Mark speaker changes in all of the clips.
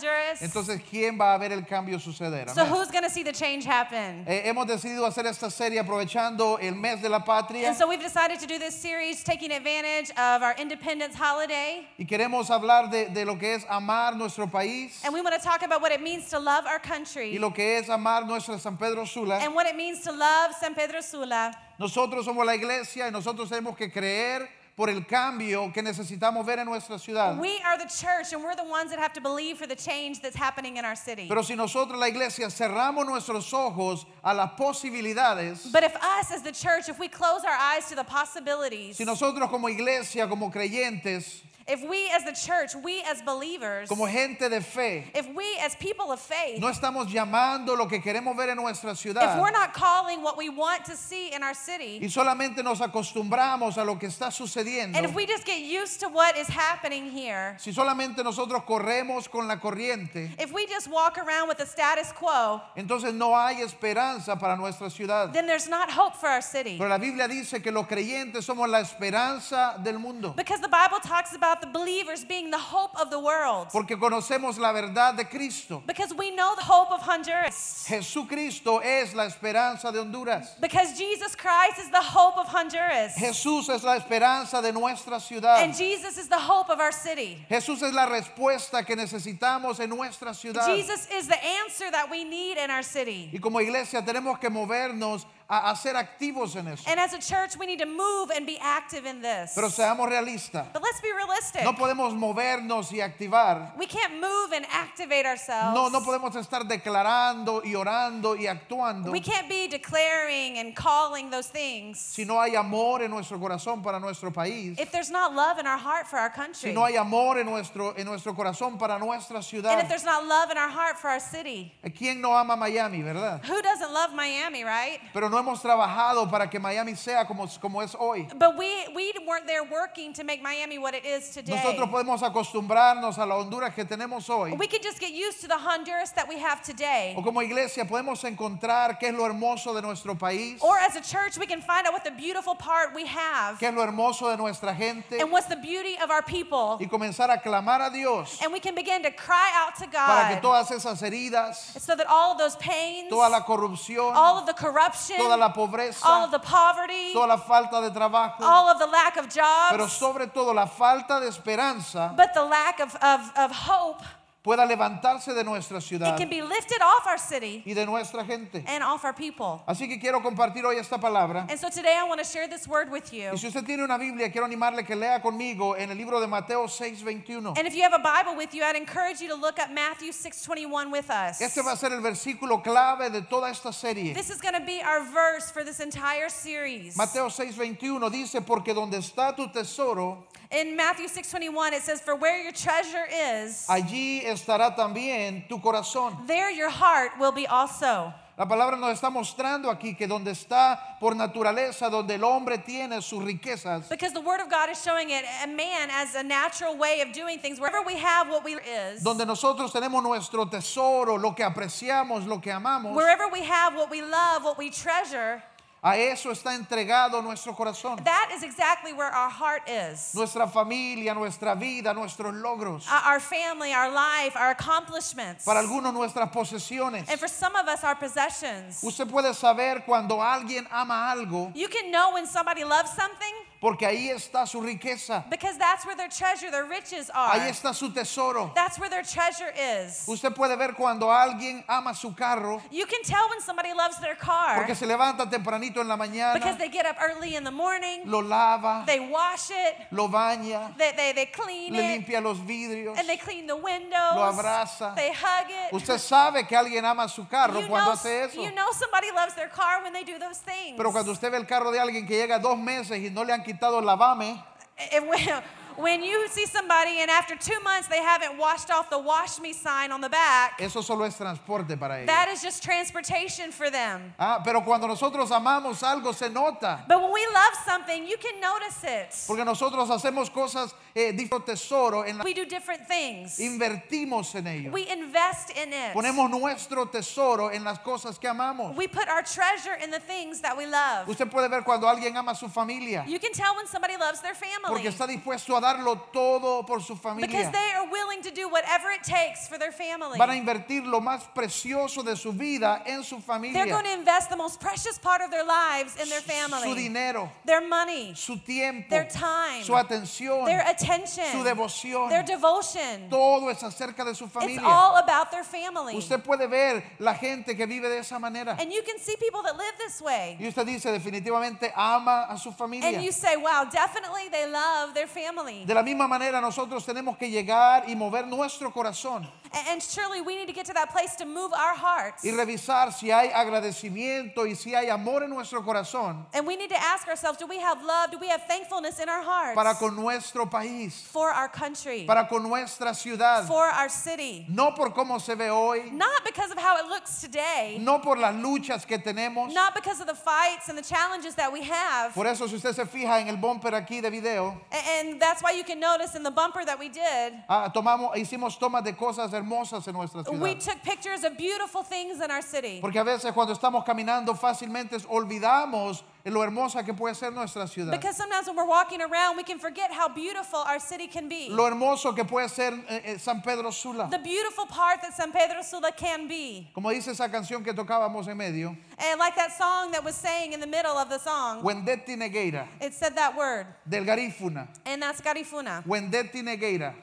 Speaker 1: this.
Speaker 2: Entonces, ¿quién va a ver el cambio suceder?
Speaker 1: so
Speaker 2: Amén.
Speaker 1: who's going to see the change happen?
Speaker 2: Eh, hemos decidido hacer esta serie aprovechando el mes de la patria
Speaker 1: And so we've decided to do this series taking advantage of our independence holiday.
Speaker 2: y queremos hablar de, de lo que es amar nuestro país
Speaker 1: And we want to talk about what it means to love our
Speaker 2: y
Speaker 1: country
Speaker 2: lo que es amar nuestra San Pedro Sula.
Speaker 1: and what it means to love San Pedro Sula.
Speaker 2: Nosotros somos la iglesia y nosotros tenemos que creer por el cambio que necesitamos ver en nuestra ciudad.
Speaker 1: We are the church and we're the ones that have to believe for the change that's happening in our city.
Speaker 2: Pero si nosotros, la iglesia, cerramos nuestros ojos a las posibilidades,
Speaker 1: But if us as the church, if we close our eyes to the possibilities,
Speaker 2: si nosotros como iglesia, como creyentes,
Speaker 1: if we as the church, we as believers,
Speaker 2: como gente de fe,
Speaker 1: if we as people of faith,
Speaker 2: no estamos llamando lo que queremos ver en nuestra
Speaker 1: if we're
Speaker 2: ciudad
Speaker 1: not calling what we want to see in our city,
Speaker 2: y solamente nos acostumbramos a lo que está sucediendo,
Speaker 1: and if we just get used to what is happening here,
Speaker 2: si solamente nosotros corremos con la corriente,
Speaker 1: if we just walk around with the status quo,
Speaker 2: entonces no hay esperanza para nuestra ciudad.
Speaker 1: then there's not hope for our city.
Speaker 2: Pero la Biblia dice que los creyentes somos la esperanza del mundo.
Speaker 1: Because the Bible talks about the believers being the hope of the world.
Speaker 2: Porque conocemos la verdad de Cristo.
Speaker 1: Because we know the hope of Honduras.
Speaker 2: Jesucristo es la esperanza de Honduras.
Speaker 1: Because Jesus Christ is the hope of Honduras.
Speaker 2: Jesús es la esperanza de nuestra ciudad.
Speaker 1: And Jesus is the hope of our city.
Speaker 2: Jesús es la respuesta que necesitamos en nuestra ciudad.
Speaker 1: Jesus is the answer that we need in our city.
Speaker 2: Y como iglesia tenemos que movernos a, a ser activos en eso.
Speaker 1: And as a church, we need to move and be active in this.
Speaker 2: Pero seamos realistas.
Speaker 1: But let's be realistic.
Speaker 2: No podemos movernos y activar.
Speaker 1: We can't move and activate ourselves.
Speaker 2: No, no podemos estar declarando y orando y actuando
Speaker 1: We can't be declaring and calling those things
Speaker 2: si no hay amor en nuestro corazón para nuestro país.
Speaker 1: if there's not love in our heart for our country.
Speaker 2: Si no hay amor en nuestro, en nuestro corazón para nuestra
Speaker 1: And if
Speaker 2: ciudad. Eh,
Speaker 1: there's not love in our heart for our city.
Speaker 2: ¿Quién no ama Miami, verdad?
Speaker 1: Who doesn't love Miami, right?
Speaker 2: Pero no hemos trabajado para que Miami sea como, como es hoy.
Speaker 1: But we, we weren't there working to make Miami what it is today.
Speaker 2: Nosotros podemos acostumbrarnos a la Honduras que tenemos hoy.
Speaker 1: We could just get used to the Honduras that we have today.
Speaker 2: O como iglesia podemos encontrar qué es lo hermoso de nuestro país,
Speaker 1: Or as a church, we can find out what the beautiful part we have
Speaker 2: qué es lo hermoso de nuestra gente
Speaker 1: and what's the beauty of our people.
Speaker 2: y comenzar a clamar a Dios
Speaker 1: And we can begin to cry out to
Speaker 2: para que
Speaker 1: God
Speaker 2: todas esas heridas,
Speaker 1: so that all of those pains,
Speaker 2: toda la corrupción,
Speaker 1: all of the corruption,
Speaker 2: toda la
Speaker 1: all
Speaker 2: pobreza,
Speaker 1: of the poverty,
Speaker 2: toda la falta de trabajo,
Speaker 1: all of the lack of
Speaker 2: pero
Speaker 1: jobs,
Speaker 2: sobre todo la falta de esperanza
Speaker 1: but the lack of, of, of hope,
Speaker 2: pueda levantarse de nuestra
Speaker 1: it
Speaker 2: ciudad
Speaker 1: can be lifted off our city
Speaker 2: y de nuestra gente.
Speaker 1: and off our people.
Speaker 2: Así que quiero compartir hoy esta palabra.
Speaker 1: And so today I want to share this word with you.
Speaker 2: Y si usted tiene una Biblia, quiero animarle que lea conmigo en el libro de Mateo 6:21.
Speaker 1: And if you have a Bible with you, I'd encourage you to look up Matthew 6:21 with us.
Speaker 2: Este va a ser el versículo clave de toda esta serie.
Speaker 1: This is going to be our verse for this entire series.
Speaker 2: Mateo 6:21 dice, porque donde está tu tesoro,
Speaker 1: In Matthew 6:21 it says for where your treasure is,
Speaker 2: allí estará también tu corazón.
Speaker 1: there your heart will be also.
Speaker 2: La palabra nos está mostrando aquí que donde está por naturaleza, donde el hombre tiene sus riquezas,
Speaker 1: Because the word of God is showing it a man as a natural way of doing things wherever we have what we is.
Speaker 2: donde nosotros tenemos nuestro tesoro, lo que apreciamos, lo que amamos,
Speaker 1: Wherever we have what we love, what we treasure,
Speaker 2: a eso está entregado nuestro corazón.
Speaker 1: that is exactly where our heart is. Uh,
Speaker 2: Nuestra familia, nuestra vida, nuestros logros.
Speaker 1: Our our family, our life, our accomplishments.
Speaker 2: Para algunos nuestras posesiones.
Speaker 1: And for some of us, our possessions.
Speaker 2: Usted puede saber cuando alguien ama algo
Speaker 1: You can know when somebody loves something
Speaker 2: porque ahí está su riqueza,
Speaker 1: because that's where their treasure, their riches
Speaker 2: ahí
Speaker 1: are.
Speaker 2: está su tesoro.
Speaker 1: That's where their treasure is.
Speaker 2: Usted puede ver cuando alguien ama su carro
Speaker 1: You can tell when somebody loves their car
Speaker 2: porque se levanta tempranito en la
Speaker 1: because
Speaker 2: mañana,
Speaker 1: they get up early in the morning,
Speaker 2: lo lava,
Speaker 1: they wash it,
Speaker 2: lo baña,
Speaker 1: they, they, they clean
Speaker 2: le
Speaker 1: it,
Speaker 2: limpia los vidrios,
Speaker 1: and they clean the windows,
Speaker 2: abraza.
Speaker 1: they hug it.
Speaker 2: Usted sabe que alguien ama su carro
Speaker 1: You
Speaker 2: cuando
Speaker 1: know,
Speaker 2: hace eso.
Speaker 1: you know somebody loves their car when they do those things.
Speaker 2: Pero cuando usted ve el carro de alguien que llega dos meses y no le han quitado el lavame,
Speaker 1: And Eh, when, when you see somebody and after two months they haven't washed off the wash me sign on the back,
Speaker 2: eso solo es transporte para ellos.
Speaker 1: That is just transportation for them.
Speaker 2: Ah, pero cuando nosotros amamos algo se nota.
Speaker 1: But when we love something, you can notice it.
Speaker 2: Porque nosotros hacemos cosas, eh, diferentes tesoro, en la-
Speaker 1: We do different things.
Speaker 2: invertimos en ello.
Speaker 1: We invest in it.
Speaker 2: Ponemos nuestro tesoro en las cosas que amamos.
Speaker 1: We put our treasure in the things that we love.
Speaker 2: Usted puede ver cuando alguien ama a su familia,
Speaker 1: You can tell when somebody loves their
Speaker 2: porque
Speaker 1: family
Speaker 2: está dispuesto a darlo todo por su familia.
Speaker 1: because they are willing to do whatever it takes for their family.
Speaker 2: Van a invertir lo más precioso de su vida en su
Speaker 1: They're
Speaker 2: familia.
Speaker 1: going to invest the most precious part of their lives in their
Speaker 2: Su
Speaker 1: family,
Speaker 2: dinero,
Speaker 1: their money,
Speaker 2: su tiempo,
Speaker 1: Their time.
Speaker 2: su atención,
Speaker 1: their attention,
Speaker 2: su devoción.
Speaker 1: their devotion.
Speaker 2: todo es acerca de su
Speaker 1: It's
Speaker 2: familia.
Speaker 1: all about their family.
Speaker 2: Usted puede ver la gente que vive de esa manera.
Speaker 1: And you can see people that live this way.
Speaker 2: Y usted dice definitivamente ama a su familia.
Speaker 1: And you say, wow, definitely they love their family.
Speaker 2: De la misma manera nosotros tenemos que llegar y mover nuestro corazón
Speaker 1: A- And surely we need to get to that place to move our hearts.
Speaker 2: y revisar si hay agradecimiento y si hay amor en nuestro corazón
Speaker 1: And we need to ask ourselves do we have love? Do we have thankfulness in our
Speaker 2: para
Speaker 1: hearts
Speaker 2: con nuestro país,
Speaker 1: for our country,
Speaker 2: para con nuestra ciudad,
Speaker 1: for our city?
Speaker 2: no por cómo se ve hoy,
Speaker 1: Not because of how it looks today,
Speaker 2: no por las luchas que tenemos.
Speaker 1: not because of the fights and the challenges that we have.
Speaker 2: Por eso si usted se fija en el bumper aquí de video,
Speaker 1: A- And that's why you can notice in the bumper that we did,
Speaker 2: ah, tomamos, hicimos tomas de cosas hermosas en nuestra
Speaker 1: we
Speaker 2: ciudad.
Speaker 1: took pictures of beautiful things in our city.
Speaker 2: Porque a veces cuando estamos caminando fácilmente olvidamos lo hermosa que puede ser nuestra ciudad.
Speaker 1: Because sometimes when we're walking around, we can forget how beautiful our city can be.
Speaker 2: lo hermoso que puede ser eh, eh, San Pedro Sula.
Speaker 1: The beautiful part that San Pedro Sula can be.
Speaker 2: Como dice esa canción que tocábamos en medio,
Speaker 1: And like that song that was saying in the middle of the song,
Speaker 2: Wendetti Negueira,
Speaker 1: it said that word.
Speaker 2: del Garífuna.
Speaker 1: And that's Garifuna.
Speaker 2: Wendetti Negueira,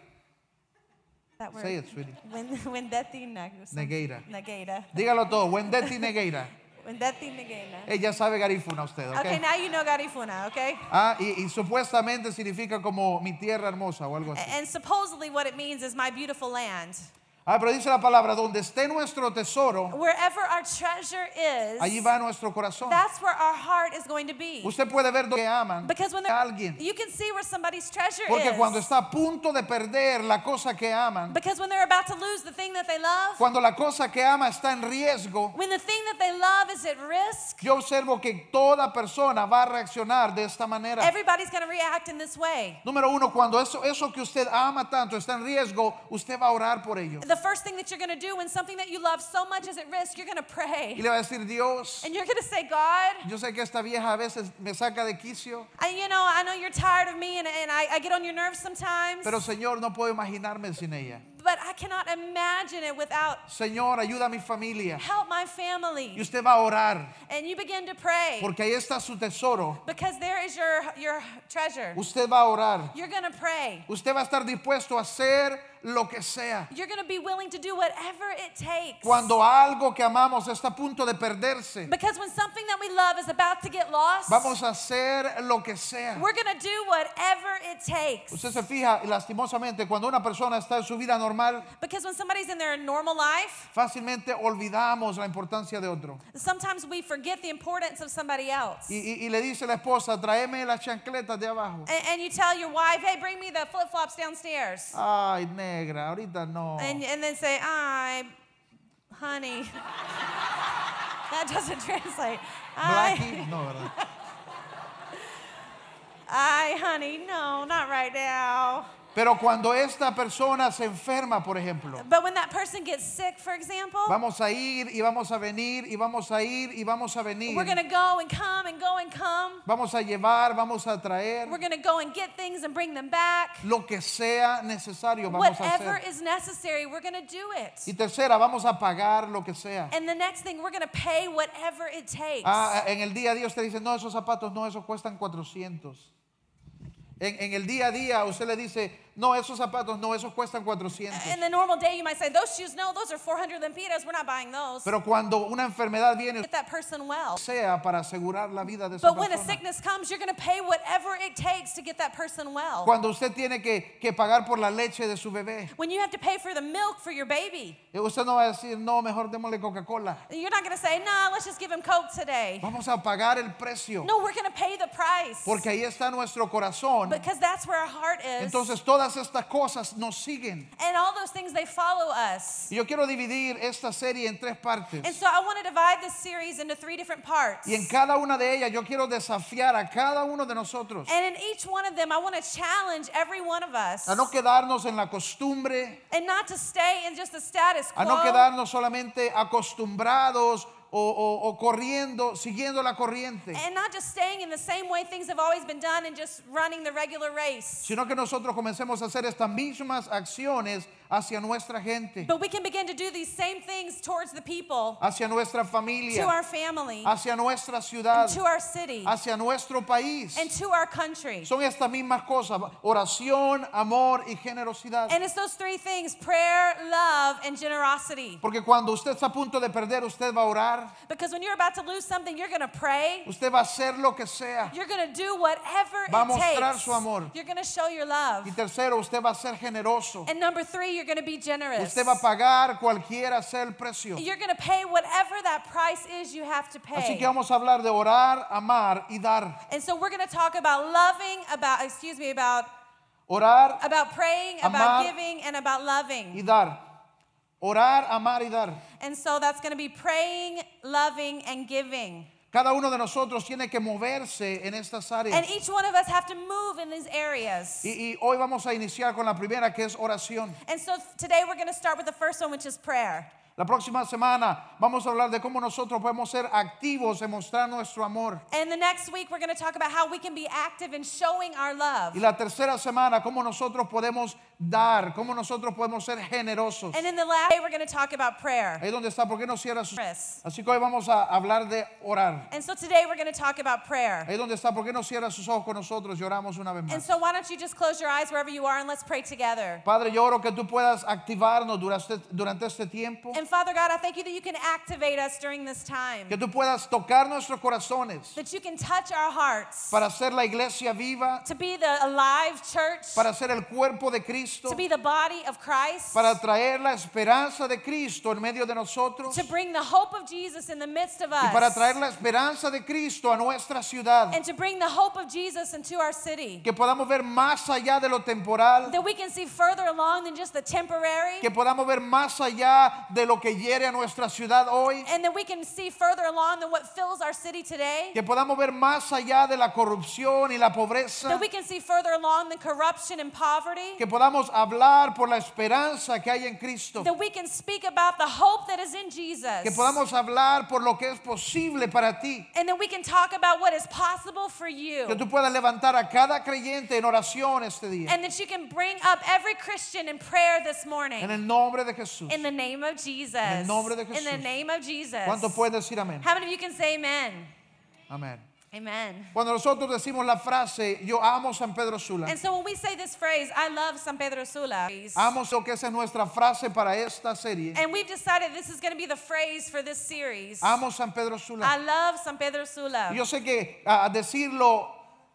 Speaker 1: That word.
Speaker 2: Say it, sweetie.
Speaker 1: When, when Dethi Neg-
Speaker 2: Negueira.
Speaker 1: Negata.
Speaker 2: dígalo todo, Wendetti Negueira.
Speaker 1: When Dethi Negata.
Speaker 2: Ella sabe Garífuna usted, ¿ok?
Speaker 1: Okay, now you know Garifuna, okay?
Speaker 2: Ah, y, y supuestamente significa como mi tierra hermosa o algo
Speaker 1: A-
Speaker 2: así.
Speaker 1: And supposedly what it means is my beautiful land.
Speaker 2: Ah, pero dice la palabra, donde esté nuestro tesoro,
Speaker 1: Wherever our treasure is,
Speaker 2: allí va nuestro corazón.
Speaker 1: that's where our heart is going to be.
Speaker 2: Usted puede ver donde aman
Speaker 1: Because when they're-
Speaker 2: a alguien.
Speaker 1: you can see where somebody's treasure
Speaker 2: Porque
Speaker 1: is.
Speaker 2: cuando está a punto de perder la cosa que aman,
Speaker 1: Because when they're about to lose the thing that they love,
Speaker 2: cuando la cosa que ama está en riesgo,
Speaker 1: when the thing that they love is at risk,
Speaker 2: Yo observo que toda persona va a reaccionar de esta manera.
Speaker 1: everybody's going to react in this way.
Speaker 2: Número uno, cuando eso, eso que usted ama tanto está en riesgo, usted va a orar por ello.
Speaker 1: The first thing that you're going to do when something that you love so much is at risk, you're going to
Speaker 2: Y
Speaker 1: pray.
Speaker 2: le va a decir, Dios,
Speaker 1: And you're going to say, God,
Speaker 2: yo sé que esta vieja a veces me saca de quicio,
Speaker 1: I, you know, I know you're tired of me and, and I, I get on your nerves sometimes,
Speaker 2: pero Señor, no puedo imaginarme sin ella.
Speaker 1: but I cannot imagine it without
Speaker 2: Señor, ayuda a mi familia.
Speaker 1: help my
Speaker 2: Y
Speaker 1: family.
Speaker 2: usted va a orar,
Speaker 1: And you begin to pray
Speaker 2: porque ahí está su tesoro.
Speaker 1: because there is your, your treasure.
Speaker 2: Usted va a orar.
Speaker 1: You're going to pray.
Speaker 2: Usted va a estar dispuesto a hacer lo que sea.
Speaker 1: You're going to be willing to do whatever it takes.
Speaker 2: Cuando algo que amamos está a punto de perderse,
Speaker 1: Because when something that we love is about to get lost,
Speaker 2: vamos a hacer lo que sea.
Speaker 1: we're going to do whatever it takes.
Speaker 2: Usted se fija, lastimosamente, cuando una persona está en su vida normal,
Speaker 1: Because when somebody's in their normal life,
Speaker 2: fácilmente olvidamos la importancia de otro.
Speaker 1: sometimes we forget the importance of somebody else.
Speaker 2: Y, y- y le dice la esposa, tráeme las chancletas de abajo.
Speaker 1: A- and you tell your wife, hey, bring me the flip flops downstairs.
Speaker 2: Ay, negra, ahorita no.
Speaker 1: And, and then say, I, honey. that doesn't translate.
Speaker 2: Blackie,
Speaker 1: I,
Speaker 2: no, ¿verdad?
Speaker 1: I, honey, no, not right now.
Speaker 2: Pero cuando esta persona se enferma, por ejemplo,
Speaker 1: But when that person gets sick, for example,
Speaker 2: vamos a ir y vamos a venir y vamos a ir y vamos a venir.
Speaker 1: we're going to go and come and go and come.
Speaker 2: Vamos a llevar, vamos a traer,
Speaker 1: We're going to go and get things and bring them back.
Speaker 2: lo que sea necesario vamos a
Speaker 1: Whatever
Speaker 2: hacer.
Speaker 1: is necessary, we're going to do
Speaker 2: Y
Speaker 1: it.
Speaker 2: tercera, vamos a pagar lo que sea.
Speaker 1: And the next thing, we're going to pay whatever it takes.
Speaker 2: Ah, en el día a día usted dice, no, esos zapatos no, esos cuestan 400. En, en el día a día usted le dice, no, esos zapatos no, esos cuestan 400.
Speaker 1: In the normal day, you might say, those shoes, no, those are 400 lempiras. We're not buying those.
Speaker 2: Pero cuando una enfermedad viene,
Speaker 1: Get that person well.
Speaker 2: sea para asegurar la vida de esa
Speaker 1: But when a
Speaker 2: persona.
Speaker 1: sickness comes, you're going to pay whatever it takes to get that person well.
Speaker 2: Cuando usted tiene que, que pagar por la leche de su bebé,
Speaker 1: When you have to pay for the milk for your baby,
Speaker 2: eh, usted no va a decir, no, mejor démosle Coca-Cola.
Speaker 1: you're not going to say, nah, let's just give him Coke today.
Speaker 2: Vamos a pagar el precio,
Speaker 1: No, we're going to pay the price
Speaker 2: porque ahí está nuestro corazón.
Speaker 1: because that's where our heart is.
Speaker 2: Entonces todas estas cosas nos siguen.
Speaker 1: And all those things, they follow us.
Speaker 2: Y yo quiero dividir esta serie en tres partes.
Speaker 1: And so I want to divide this series into three different parts.
Speaker 2: Y en cada una de ellas yo quiero desafiar a cada uno de nosotros
Speaker 1: And in each one of them, I want to challenge every one of us
Speaker 2: a no quedarnos en la costumbre,
Speaker 1: and not to stay in just the status quo,
Speaker 2: a no quedarnos solamente acostumbrados o, o- o corriendo, siguiendo la corriente,
Speaker 1: And not just staying in the same way things have always been done and just running the regular race.
Speaker 2: sino que nosotros comencemos a hacer estas mismas acciones hacia nuestra gente,
Speaker 1: But we can begin to do these same things towards the people,
Speaker 2: hacia nuestra
Speaker 1: to
Speaker 2: familia,
Speaker 1: our family,
Speaker 2: hacia nuestra
Speaker 1: and
Speaker 2: ciudad,
Speaker 1: to our city,
Speaker 2: hacia nuestro país.
Speaker 1: and to our country.
Speaker 2: Son estas mismas cosas, oración, amor y generosidad.
Speaker 1: And it's those three things prayer, love, and generosity.
Speaker 2: Porque cuando usted está a punto de perder, usted va a orar,
Speaker 1: Because when you're about to lose something, you're going to pray.
Speaker 2: usted va a hacer lo que sea.
Speaker 1: You're going to do whatever
Speaker 2: Va a
Speaker 1: it
Speaker 2: mostrar
Speaker 1: takes.
Speaker 2: su amor.
Speaker 1: You're going to show your love.
Speaker 2: Y tercero, usted va a ser generoso.
Speaker 1: And number three, you're going to be generous.
Speaker 2: Usted va a pagar cualquiera sea el precio.
Speaker 1: You're going to pay whatever that price is you have to
Speaker 2: Así que
Speaker 1: pay.
Speaker 2: vamos a hablar de orar, amar y dar.
Speaker 1: And so we're going to talk about loving, about, excuse me, about,
Speaker 2: Orar
Speaker 1: about praying,
Speaker 2: Amar.
Speaker 1: about giving, and about
Speaker 2: y
Speaker 1: loving.
Speaker 2: dar. Orar, amar y dar.
Speaker 1: And so that's going to be praying, loving, and giving.
Speaker 2: Cada uno de nosotros tiene que moverse en estas áreas.
Speaker 1: And each one of us have to move in these areas.
Speaker 2: Y, y hoy vamos a iniciar con la primera, que es oración.
Speaker 1: And so today we're going to start with the first one, which is prayer.
Speaker 2: La próxima semana vamos a hablar de cómo nosotros podemos ser activos en mostrar nuestro amor.
Speaker 1: And the next week we're going to talk about how we can be active in showing our love.
Speaker 2: Y la tercera semana, cómo nosotros podemos dar, cómo nosotros podemos ser generosos.
Speaker 1: And in the last day we're going to talk about prayer.
Speaker 2: Ahí donde está, ¿por qué no cierra sus...
Speaker 1: Chris.
Speaker 2: Así que hoy vamos a hablar de orar.
Speaker 1: And so today we're going to talk about prayer.
Speaker 2: Ahí donde está, ¿por qué no cierra sus ojos con nosotros y oramos una vez
Speaker 1: And
Speaker 2: más?
Speaker 1: so why don't you just close your eyes wherever you are and let's pray together.
Speaker 2: Padre, yo oro que tú puedas activarnos durante, durante este tiempo,
Speaker 1: And Father God, I thank you that you can activate us during this time.
Speaker 2: que tú puedas tocar nuestros corazones
Speaker 1: That you can touch our hearts
Speaker 2: para ser la iglesia viva,
Speaker 1: to be the alive church,
Speaker 2: para ser el cuerpo de Cristo,
Speaker 1: to be the body of Christ,
Speaker 2: para traer la esperanza de Cristo en medio de nosotros
Speaker 1: to bring the hope of Jesus in the midst of
Speaker 2: y para traer
Speaker 1: us,
Speaker 2: la esperanza de Cristo a nuestra ciudad.
Speaker 1: and to bring the hope of Jesus into our city.
Speaker 2: que podamos ver más allá de lo temporal,
Speaker 1: That we can see further along than just the temporary,
Speaker 2: que podamos ver más allá de lo que hiere a nuestra ciudad hoy,
Speaker 1: and that we can see further along than what fills our city today.
Speaker 2: que podamos ver más allá de la corrupción y la pobreza,
Speaker 1: That we can see further along than corruption and poverty.
Speaker 2: que podamos hablar por la esperanza que hay en Cristo,
Speaker 1: That we can speak about the hope that is in Jesus.
Speaker 2: que podamos hablar por lo que es posible para ti,
Speaker 1: And that we can talk about what is possible for you.
Speaker 2: que tú puedas levantar a cada creyente en oración este día,
Speaker 1: And that you can bring up every Christian in prayer this
Speaker 2: en
Speaker 1: morning.
Speaker 2: el nombre de Jesús.
Speaker 1: In the name of Jesus.
Speaker 2: el nombre de
Speaker 1: In the
Speaker 2: Jesús.
Speaker 1: name of Jesus.
Speaker 2: ¿Cuántos pueden decir amén?
Speaker 1: How many of you can say amen?
Speaker 2: Amén.
Speaker 1: Amen.
Speaker 2: Cuando nosotros decimos la frase, yo amo San Pedro Sula,
Speaker 1: And so when we say this phrase, I love San Pedro Sula,
Speaker 2: amo lo que esa es nuestra frase para esta serie.
Speaker 1: and we've decided this is going to be the phrase for this series.
Speaker 2: Amo San Pedro Sula.
Speaker 1: I love San Pedro Sula.
Speaker 2: Y Yo sé que ah, decirlo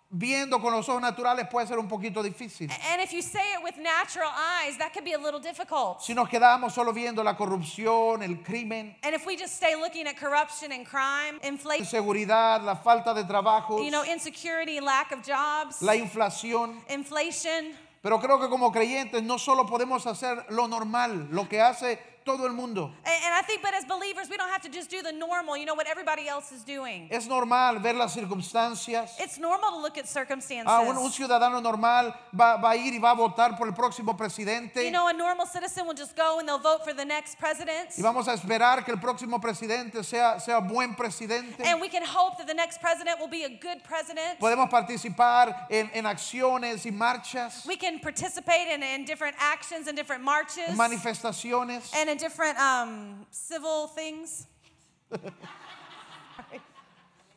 Speaker 2: viendo con los ojos naturales puede ser un poquito difícil.
Speaker 1: And if you say it with natural eyes, that could be a little difficult.
Speaker 2: Si nos quedamos solo viendo la corrupción, el crimen,
Speaker 1: And if we just stay looking at corruption and crime,
Speaker 2: la
Speaker 1: inflation,
Speaker 2: inseguridad, la falta de trabajo,
Speaker 1: you know, insecurity, lack of jobs,
Speaker 2: la inflación.
Speaker 1: inflation,
Speaker 2: Pero creo que como creyentes no solo podemos hacer lo normal, lo que hace todo el mundo.
Speaker 1: And, and I think, but as believers, we don't have to just do the normal, you know, what everybody else is doing.
Speaker 2: Es normal ver las circunstancias.
Speaker 1: It's normal to look at circumstances.
Speaker 2: Ah, un, un ciudadano normal va, va a ir y va a votar por el próximo presidente.
Speaker 1: you know, a normal citizen will just go and they'll vote for the next president.
Speaker 2: Y vamos a esperar que el próximo presidente sea, sea buen presidente.
Speaker 1: And we can hope that the next president will be a good president.
Speaker 2: Podemos participar en, en acciones y marchas,
Speaker 1: We can participate in, in different actions and different marches
Speaker 2: en manifestaciones.
Speaker 1: and in different um, civil things.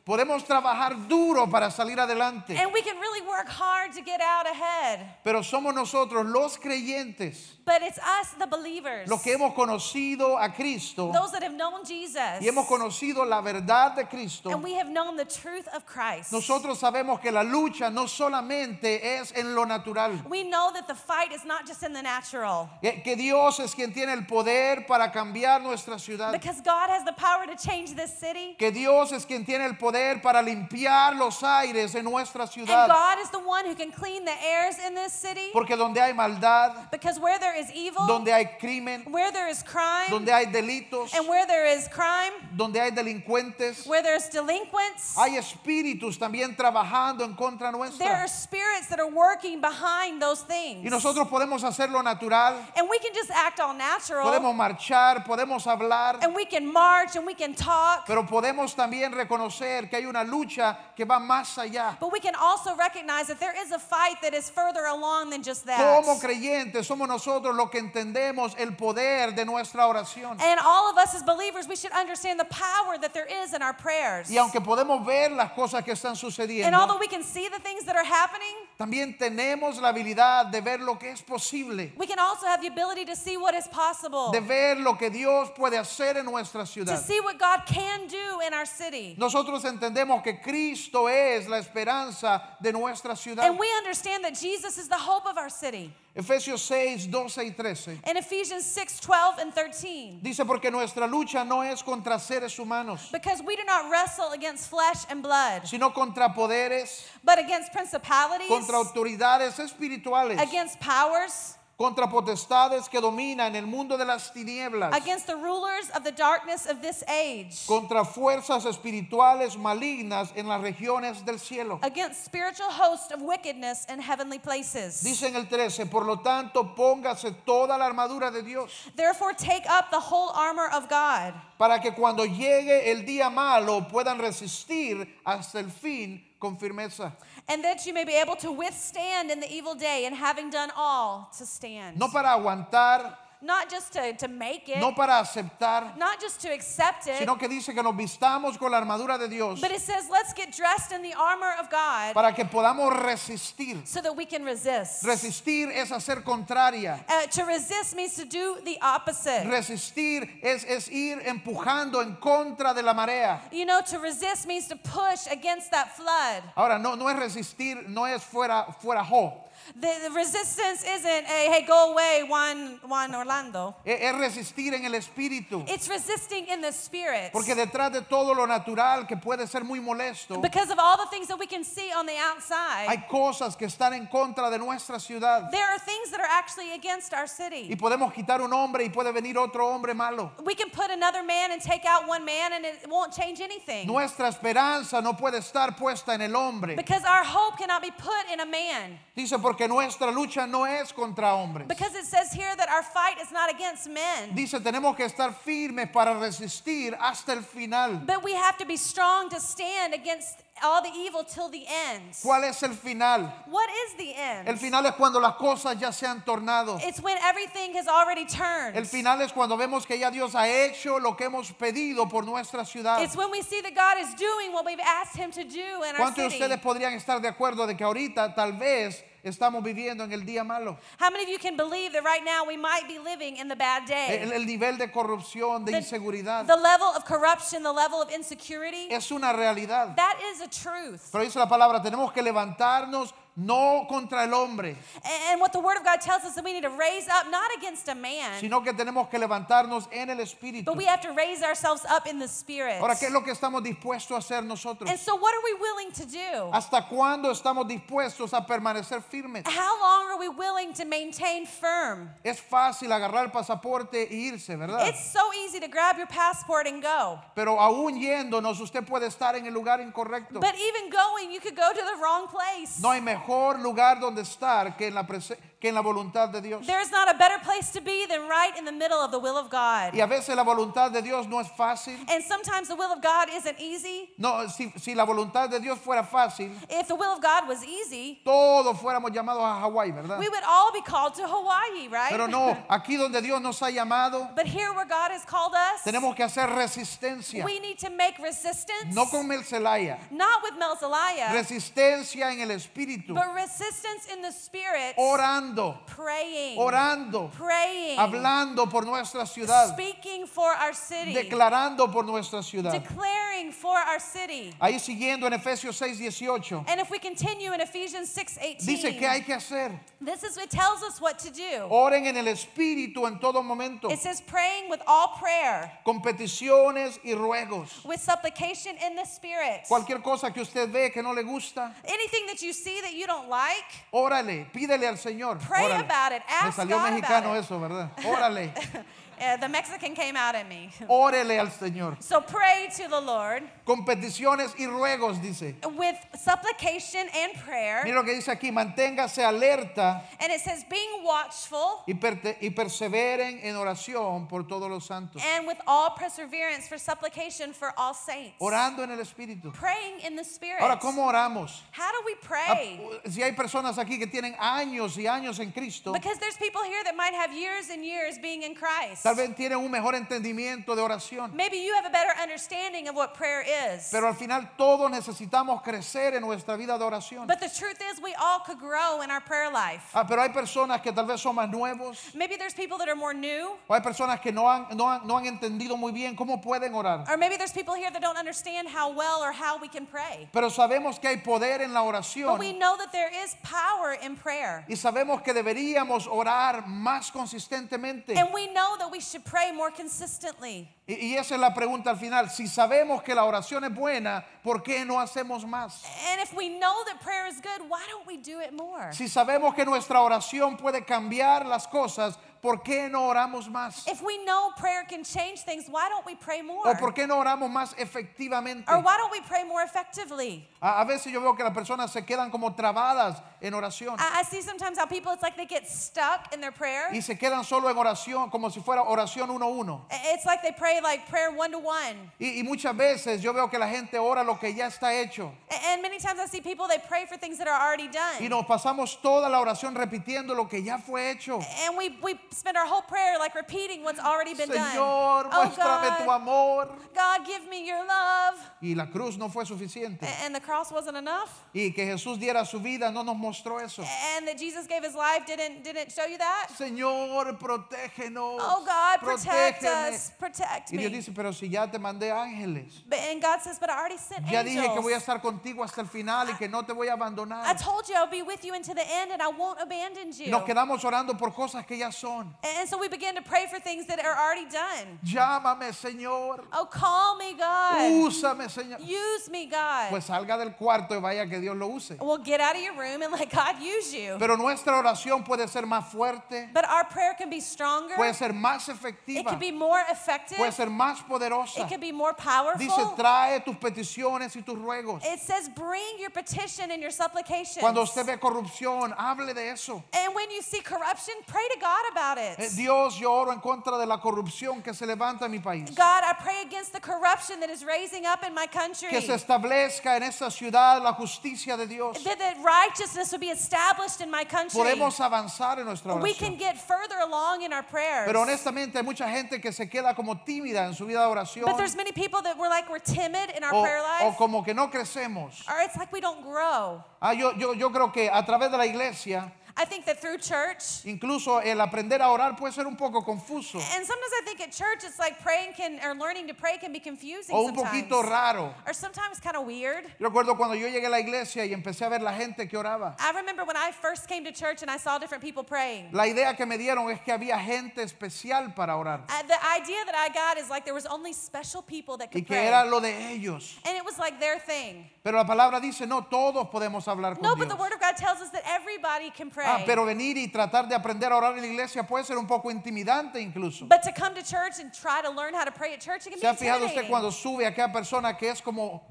Speaker 2: Podemos trabajar duro para salir adelante,
Speaker 1: And we can really work hard to get out ahead.
Speaker 2: pero somos nosotros los creyentes,
Speaker 1: But it's us, the believers,
Speaker 2: los que hemos conocido a Cristo
Speaker 1: those that have known Jesus,
Speaker 2: y hemos conocido la verdad de Cristo.
Speaker 1: and we have known the truth of Christ.
Speaker 2: Nosotros sabemos que la lucha no solamente es en lo natural,
Speaker 1: We know that the fight is not just in the natural.
Speaker 2: que, que Dios es quien tiene el poder para cambiar nuestra ciudad,
Speaker 1: Because God has the power to change this city.
Speaker 2: que Dios es quien tiene el poder para limpiar los aires en nuestra
Speaker 1: And
Speaker 2: ciudad.
Speaker 1: God is the one who can clean the airs in this city.
Speaker 2: Porque donde hay maldad,
Speaker 1: Because where there is evil,
Speaker 2: donde hay crimen,
Speaker 1: where there is crime,
Speaker 2: donde hay delitos,
Speaker 1: and where there is crime,
Speaker 2: donde hay delincuentes,
Speaker 1: where there's delinquents,
Speaker 2: hay espíritus también trabajando en contra
Speaker 1: there
Speaker 2: nuestra.
Speaker 1: are spirits that are working behind those things.
Speaker 2: Y nosotros podemos hacerlo natural,
Speaker 1: and we can just act all natural,
Speaker 2: podemos marchar, podemos hablar,
Speaker 1: and we can march, and we can talk,
Speaker 2: pero podemos también reconocer que hay una lucha que va más allá.
Speaker 1: but we can also recognize that there is a fight that is further along than just that.
Speaker 2: Como creyentes somos nosotros los que entendemos el poder de nuestra oración.
Speaker 1: And all of us as believers, we should understand the power that there is in our prayers.
Speaker 2: Y aunque podemos ver las cosas que están
Speaker 1: and although
Speaker 2: sucediendo,
Speaker 1: we can see the things that are happening,
Speaker 2: también tenemos la habilidad de ver lo que es posible,
Speaker 1: we can also have the ability to see what is possible,
Speaker 2: de ver lo que Dios puede hacer en nuestra
Speaker 1: to
Speaker 2: ciudad.
Speaker 1: see what God can do in our city.
Speaker 2: Nosotros entendemos que Cristo es la esperanza de nuestra ciudad.
Speaker 1: And we understand that Jesus is the hope of our city.
Speaker 2: Efesios 6, 12 y 13.
Speaker 1: In Ephesians 6 12 and 13.
Speaker 2: Dice, porque nuestra lucha no es contra seres humanos,
Speaker 1: Because we do not wrestle against flesh and blood,
Speaker 2: sino contra poderes,
Speaker 1: but against principalities,
Speaker 2: contra autoridades espirituales,
Speaker 1: against powers,
Speaker 2: contra potestades que dominan el mundo de las tinieblas,
Speaker 1: against the rulers of the darkness of this age.
Speaker 2: contra fuerzas espirituales malignas en las regiones del cielo.
Speaker 1: against spiritual hosts of wickedness in heavenly places.
Speaker 2: Dice en el 13, por lo tanto, póngase toda la armadura de Dios
Speaker 1: Therefore, take up the whole armor of God,
Speaker 2: para que cuando llegue el día malo puedan resistir hasta el fin con firmeza.
Speaker 1: and that you may be able to withstand in the evil day, and having done all, to stand.
Speaker 2: No para aguantar,
Speaker 1: Not just to, to make it,
Speaker 2: no para aceptar,
Speaker 1: not just to accept it,
Speaker 2: sino que dice que nos vistamos con la armadura de Dios
Speaker 1: but it says, let's get dressed in the armor of God
Speaker 2: para que podamos resistir.
Speaker 1: so that we can resist.
Speaker 2: Resistir es hacer contraria.
Speaker 1: Uh, to resist means to do the opposite.
Speaker 2: Resistir es, es ir empujando en contra de la marea.
Speaker 1: you know, to resist means to push against that flood.
Speaker 2: Ahora, no, no es resistir, no es fuera, fuera jo.
Speaker 1: The, the resistance isn't a, hey, go away, Juan, Juan Orlando.
Speaker 2: Es, E, es resistir en el espíritu.
Speaker 1: It's resisting in the spirit.
Speaker 2: Porque detrás de todo lo natural que puede ser muy molesto,
Speaker 1: because of all the things that we can see on the outside,
Speaker 2: hay cosas que están en contra de nuestra ciudad.
Speaker 1: there are things that are actually against our
Speaker 2: Y
Speaker 1: city.
Speaker 2: podemos quitar un hombre y puede venir otro hombre malo.
Speaker 1: We can put another man and take out one man, and it won't change anything.
Speaker 2: Nuestra esperanza no puede estar puesta en el hombre.
Speaker 1: because our hope cannot be put in a man.
Speaker 2: Dice, porque nuestra lucha no es contra hombres.
Speaker 1: Because it says here that our fight is not against men,
Speaker 2: Dice, tenemos que estar firmes para resistir hasta el final.
Speaker 1: but we have to be strong to stand against all the evil till the end.
Speaker 2: ¿Cuál es el final?
Speaker 1: What is the end?
Speaker 2: El final es cuando las cosas ya se han tornado.
Speaker 1: it's when everything has already turned.
Speaker 2: El final es cuando vemos que ya Dios ha hecho lo que hemos pedido por nuestra ciudad.
Speaker 1: It's when we see that God is doing what we've asked Him to do in our
Speaker 2: ¿Cuántos de
Speaker 1: city.
Speaker 2: ustedes podrían estar de acuerdo de que ahorita tal vez estamos viviendo en el día malo?
Speaker 1: How many of you can believe that right now we might be living in the bad day?
Speaker 2: Eh, El, el nivel de corrupción, de
Speaker 1: The-
Speaker 2: inseguridad,
Speaker 1: The level of corruption, the level of insecurity,
Speaker 2: es una realidad.
Speaker 1: that is a truth.
Speaker 2: Pero dice la palabra, tenemos que levantarnos no contra el hombre,
Speaker 1: A- And what the Word of God tells us that we need to raise up, not against a man,
Speaker 2: sino que tenemos que levantarnos en el espíritu.
Speaker 1: but we have to raise ourselves up in the Spirit.
Speaker 2: Ahora, ¿qué es lo que estamos dispuestos a hacer nosotros?
Speaker 1: And so, what are we willing to do?
Speaker 2: ¿Hasta cuándo estamos dispuestos a permanecer firmes?
Speaker 1: How long are we willing to maintain firm?
Speaker 2: Es fácil agarrar el pasaporte e irse, ¿verdad?
Speaker 1: It's so easy to grab your passport and go.
Speaker 2: Pero aún yéndonos, usted puede estar en el lugar incorrecto.
Speaker 1: But even going, you could go to the wrong place.
Speaker 2: No hay mejor lugar donde estar que en la, prese- que en la voluntad de Dios.
Speaker 1: There is not a better place to be than right in the middle of the will of God.
Speaker 2: Y a veces la voluntad de Dios no es fácil.
Speaker 1: And sometimes the will of God isn't easy.
Speaker 2: No, si, si la voluntad de Dios fuera fácil,
Speaker 1: If the will of God was easy,
Speaker 2: todos fuéramos llamados a Hawái, ¿verdad?
Speaker 1: we would all be called to Hawaii, right?
Speaker 2: Pero no, aquí donde Dios nos ha llamado,
Speaker 1: But here where God has called us,
Speaker 2: tenemos que hacer resistencia.
Speaker 1: we need to make resistance,
Speaker 2: No con Mercelaya,
Speaker 1: not with Melzaliah,
Speaker 2: resistencia en el espíritu,
Speaker 1: but resistance in the spirit,
Speaker 2: orando,
Speaker 1: praying,
Speaker 2: orando,
Speaker 1: praying,
Speaker 2: hablando por nuestra ciudad,
Speaker 1: speaking for our city,
Speaker 2: declarando por nuestra ciudad.
Speaker 1: declaring caring for our city.
Speaker 2: Ahí siguiendo en Efesios 6, 18,
Speaker 1: And if we continue in Ephesians 6
Speaker 2: dice
Speaker 1: 18,
Speaker 2: que hay Oh. que hacer.
Speaker 1: this is it tells us what to do.
Speaker 2: Oren en el Espíritu en todo momento,
Speaker 1: It says praying with all prayer,
Speaker 2: con peticiones y ruegos.
Speaker 1: with supplication in the spirit.
Speaker 2: Cualquier cosa que usted ve que no le gusta,
Speaker 1: Anything that you see that you don't like,
Speaker 2: órale, pídele al Señor.
Speaker 1: Pray
Speaker 2: órale.
Speaker 1: about it,
Speaker 2: Me
Speaker 1: ask
Speaker 2: salió
Speaker 1: God about
Speaker 2: mexicano
Speaker 1: it.
Speaker 2: eso, ¿verdad? Órale,
Speaker 1: uh, the Mexican came out at me.
Speaker 2: órele al Señor.
Speaker 1: So pray to the Lord
Speaker 2: Con peticiones y ruegos, dice.
Speaker 1: with supplication and prayer.
Speaker 2: Mira lo que dice aquí, manténgase alerta
Speaker 1: And it says being watchful
Speaker 2: y, perte- y perseveren en oración por todos los santos.
Speaker 1: and with all perseverance for supplication for all saints.
Speaker 2: Orando en el Espíritu.
Speaker 1: Praying in the spirit.
Speaker 2: Ahora, ¿cómo oramos?
Speaker 1: How do we
Speaker 2: Ah,
Speaker 1: pray?
Speaker 2: Si hay personas aquí que tienen años y años en Cristo,
Speaker 1: Because there's people here that might have years and years being in Christ.
Speaker 2: tal vez tienen un mejor entendimiento de oración,
Speaker 1: Maybe you have a better understanding of what prayer is.
Speaker 2: pero al final todos necesitamos crecer en nuestra vida de oración.
Speaker 1: But the truth is, we all could grow in our prayer life.
Speaker 2: Ah, pero hay personas que tal vez son más nuevos,
Speaker 1: Maybe there's people that are more new,
Speaker 2: o hay personas que no han, no han- no han entendido muy bien cómo pueden orar.
Speaker 1: or maybe there's people here that don't understand how well or how we can pray.
Speaker 2: Pero sabemos que hay poder en la oración
Speaker 1: But we know that there is power in prayer.
Speaker 2: y sabemos que deberíamos orar más consistentemente.
Speaker 1: And we know that we should pray more consistently.
Speaker 2: Y, y esa es la pregunta al final. Si sabemos que la oración es buena, ¿por qué no hacemos más?
Speaker 1: And if we know that prayer is good, why don't we do it more?
Speaker 2: Si sabemos que nuestra oración puede cambiar las cosas, ¿por qué no oramos más?
Speaker 1: If we know prayer can change things, why don't we pray more?
Speaker 2: ¿O por qué no oramos más efectivamente?
Speaker 1: Or why don't we pray more effectively?
Speaker 2: A, a veces yo veo que las personas se quedan como trabadas en oración
Speaker 1: I, I see sometimes how people, it's like they get stuck in their prayer.
Speaker 2: y se quedan solo en oración, como si fuera oración uno a uno.
Speaker 1: I- It's like they pray like prayer one to one.
Speaker 2: Y, y muchas veces yo veo que la gente ora lo que ya está hecho
Speaker 1: A- And many times I see people, they pray for things that are already
Speaker 2: y
Speaker 1: done.
Speaker 2: nos pasamos toda la oración repitiendo lo que ya fue hecho.
Speaker 1: And we, we spend our whole prayer like repeating what's already been done.
Speaker 2: Señor,
Speaker 1: oh
Speaker 2: muéstrame tu
Speaker 1: God,
Speaker 2: amor.
Speaker 1: God, give me your love.
Speaker 2: Y la cruz no fue suficiente.
Speaker 1: A- And the cross wasn't enough.
Speaker 2: Y que Jesús diera su vida no nos mostró eso.
Speaker 1: And that Jesus gave his life didn't, didn't show you that.
Speaker 2: Señor, protégenos.
Speaker 1: Oh God, protect
Speaker 2: protégeme.
Speaker 1: us. Protect
Speaker 2: Y Dios
Speaker 1: me.
Speaker 2: dice, pero si ya te mandé ángeles,
Speaker 1: But, and God says, but I already sent
Speaker 2: ya dije que voy a
Speaker 1: angels.
Speaker 2: estar contigo hasta el final y que no te voy a
Speaker 1: I
Speaker 2: abandonar.
Speaker 1: told you I'll be with you into the end and I won't abandon
Speaker 2: Y
Speaker 1: you.
Speaker 2: nos quedamos orando por cosas que ya son.
Speaker 1: And so we begin to pray for things that are already done.
Speaker 2: Llámame, Señor.
Speaker 1: Oh, call me, God.
Speaker 2: Úsame, Señor.
Speaker 1: Use me, God.
Speaker 2: Pues salga del cuarto y vaya que Dios lo use.
Speaker 1: well, get out of your room and let God use you.
Speaker 2: Pero nuestra oración puede ser más fuerte,
Speaker 1: but our prayer can be stronger.
Speaker 2: puede ser más
Speaker 1: It
Speaker 2: efectiva,
Speaker 1: can be more effective.
Speaker 2: puede ser más poderosa.
Speaker 1: It can be more
Speaker 2: Dice,
Speaker 1: powerful.
Speaker 2: trae tus peticiones y tus ruegos.
Speaker 1: It says, bring your petition and your supplications.
Speaker 2: Cuando usted ve corrupción, hable de eso.
Speaker 1: and when you see corruption, pray to God about it.
Speaker 2: Eh, Dios, yo oro en contra de la corrupción que se levanta en mi país.
Speaker 1: God, I pray against the corruption that is raising up in my country.
Speaker 2: Que se establezca en esta ciudad la justicia de Dios.
Speaker 1: that, that righteousness would be established in my country.
Speaker 2: Podemos avanzar en nuestra
Speaker 1: we can
Speaker 2: oración.
Speaker 1: get further along in our prayers.
Speaker 2: Pero honestamente hay mucha gente que se queda como tímida en su vida de oración
Speaker 1: But there's many people that we're like we're timid in our
Speaker 2: o,
Speaker 1: prayer
Speaker 2: o
Speaker 1: life,
Speaker 2: como que no crecemos.
Speaker 1: or it's like we don't grow.
Speaker 2: Ah, yo, yo, yo creo que a través de la iglesia,
Speaker 1: I think that through church,
Speaker 2: incluso el aprender a orar puede ser un poco confuso
Speaker 1: and sometimes I think at church it's like praying can or learning to pray can be confusing
Speaker 2: o un
Speaker 1: sometimes,
Speaker 2: poquito raro.
Speaker 1: or sometimes kind of weird.
Speaker 2: Yo recuerdo cuando yo llegué a la iglesia y empecé a ver la gente que oraba.
Speaker 1: I remember when I first came to church and I saw different people praying.
Speaker 2: La idea que me dieron es que había gente especial para orar
Speaker 1: I- Uh, the idea that I got is like there was only special people that
Speaker 2: y
Speaker 1: could
Speaker 2: que
Speaker 1: pray,
Speaker 2: era lo de ellos.
Speaker 1: and it was like their thing.
Speaker 2: Pero la palabra dice, no, todos podemos hablar con
Speaker 1: No, but
Speaker 2: Oh, Dios.
Speaker 1: the Word of God tells us that everybody can pray.
Speaker 2: Ah, pero venir y tratar de aprender a orar en la iglesia puede ser un poco intimidante incluso.
Speaker 1: But to come to church and try to learn how to pray at church, it can be
Speaker 2: ¿Se ha fijado usted
Speaker 1: intimidating.
Speaker 2: cuando sube a aquella persona que es como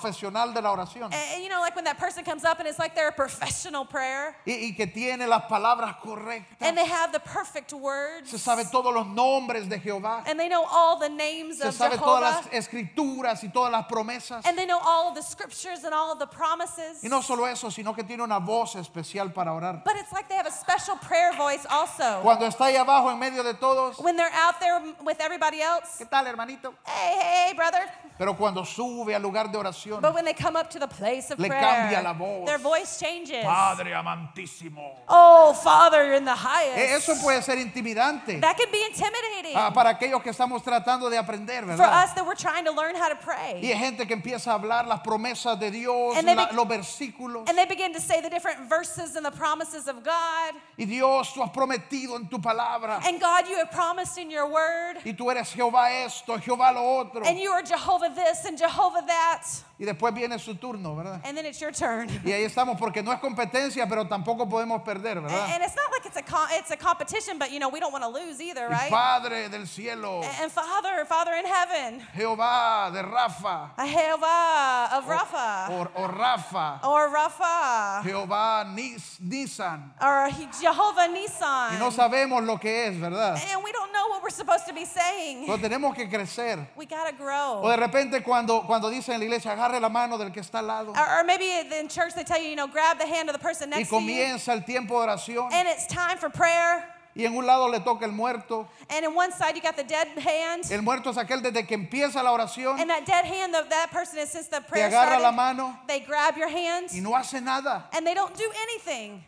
Speaker 2: profesional de la oración
Speaker 1: And, and you know, like when that person comes up and it's like they're a professional prayer
Speaker 2: y, y que tiene las palabras correctas?
Speaker 1: and they have the perfect words
Speaker 2: Se sabe todos los nombres de Jehová.
Speaker 1: and they know all the names
Speaker 2: Se
Speaker 1: of
Speaker 2: sabe todas
Speaker 1: Jehovah
Speaker 2: las escrituras y todas las promesas.
Speaker 1: and they know all of the scriptures and all of the promises.
Speaker 2: Y no solo eso, sino que tiene una voz especial para orar.
Speaker 1: But it's like they have a special prayer voice also.
Speaker 2: Cuando está ahí abajo en medio de todos,
Speaker 1: When they're out there with everybody else,
Speaker 2: ¿qué tal, hermanito?
Speaker 1: hey, hey, brother.
Speaker 2: Pero cuando sube al lugar de oración,
Speaker 1: But when they come up to the place of
Speaker 2: Le
Speaker 1: prayer,
Speaker 2: cambia la voz.
Speaker 1: their voice changes.
Speaker 2: Padre amantísimo.
Speaker 1: Oh, Father, you're in the
Speaker 2: E-
Speaker 1: highest.
Speaker 2: Eso puede ser intimidante
Speaker 1: That can be intimidating
Speaker 2: ah, para aquellos que estamos tratando de aprender,
Speaker 1: for
Speaker 2: ¿verdad?
Speaker 1: us that we're trying to learn how to
Speaker 2: Y
Speaker 1: pray.
Speaker 2: hay gente que empieza a hablar las promesas de Dios,
Speaker 1: And they
Speaker 2: la-
Speaker 1: be-
Speaker 2: los versículos.
Speaker 1: And they begin to say the different verses and the promises of God.
Speaker 2: Y Dios, tú has prometido en tu palabra.
Speaker 1: And God, you have promised in your word.
Speaker 2: Y tú eres Jehová esto, Jehová lo otro.
Speaker 1: And you are Jehovah this and Jehovah that.
Speaker 2: Y después viene su turno, ¿verdad?
Speaker 1: And then it's your turn.
Speaker 2: Y ahí estamos, porque no es competencia, pero tampoco podemos perder,
Speaker 1: And,
Speaker 2: ¿verdad?
Speaker 1: and it's not like it's a com- it's a competition, but you know we don't want to lose either,
Speaker 2: Y
Speaker 1: right?
Speaker 2: Padre del cielo,
Speaker 1: And and Father, Father in heaven,
Speaker 2: Jehová de Rafa,
Speaker 1: a Jehovah of Rapha,
Speaker 2: o, o Rafa,
Speaker 1: or Rapha,
Speaker 2: Jehová Nis- Nisan.
Speaker 1: or he- Jehovah
Speaker 2: Y no
Speaker 1: Nissan.
Speaker 2: sabemos lo que es, ¿verdad?
Speaker 1: And we don't know what we're supposed to be saying.
Speaker 2: Pero tenemos que crecer.
Speaker 1: We gotta
Speaker 2: O
Speaker 1: grow.
Speaker 2: de repente cuando, cuando dicen en la iglesia, agarre la mano del que está al lado.
Speaker 1: Or, or maybe in church they tell you, you know, grab the hand of the person
Speaker 2: Y
Speaker 1: next to you,
Speaker 2: comienza el tiempo de oración.
Speaker 1: and it's time for prayer.
Speaker 2: Y en un lado le toca el muerto.
Speaker 1: And in one side you got the dead hand,
Speaker 2: El muerto es aquel desde que empieza la oración.
Speaker 1: and that dead hand of that person is since the
Speaker 2: te
Speaker 1: prayer
Speaker 2: agarra la
Speaker 1: started.
Speaker 2: mano
Speaker 1: They grab your hand,
Speaker 2: y no hace nada.
Speaker 1: and they don't do anything.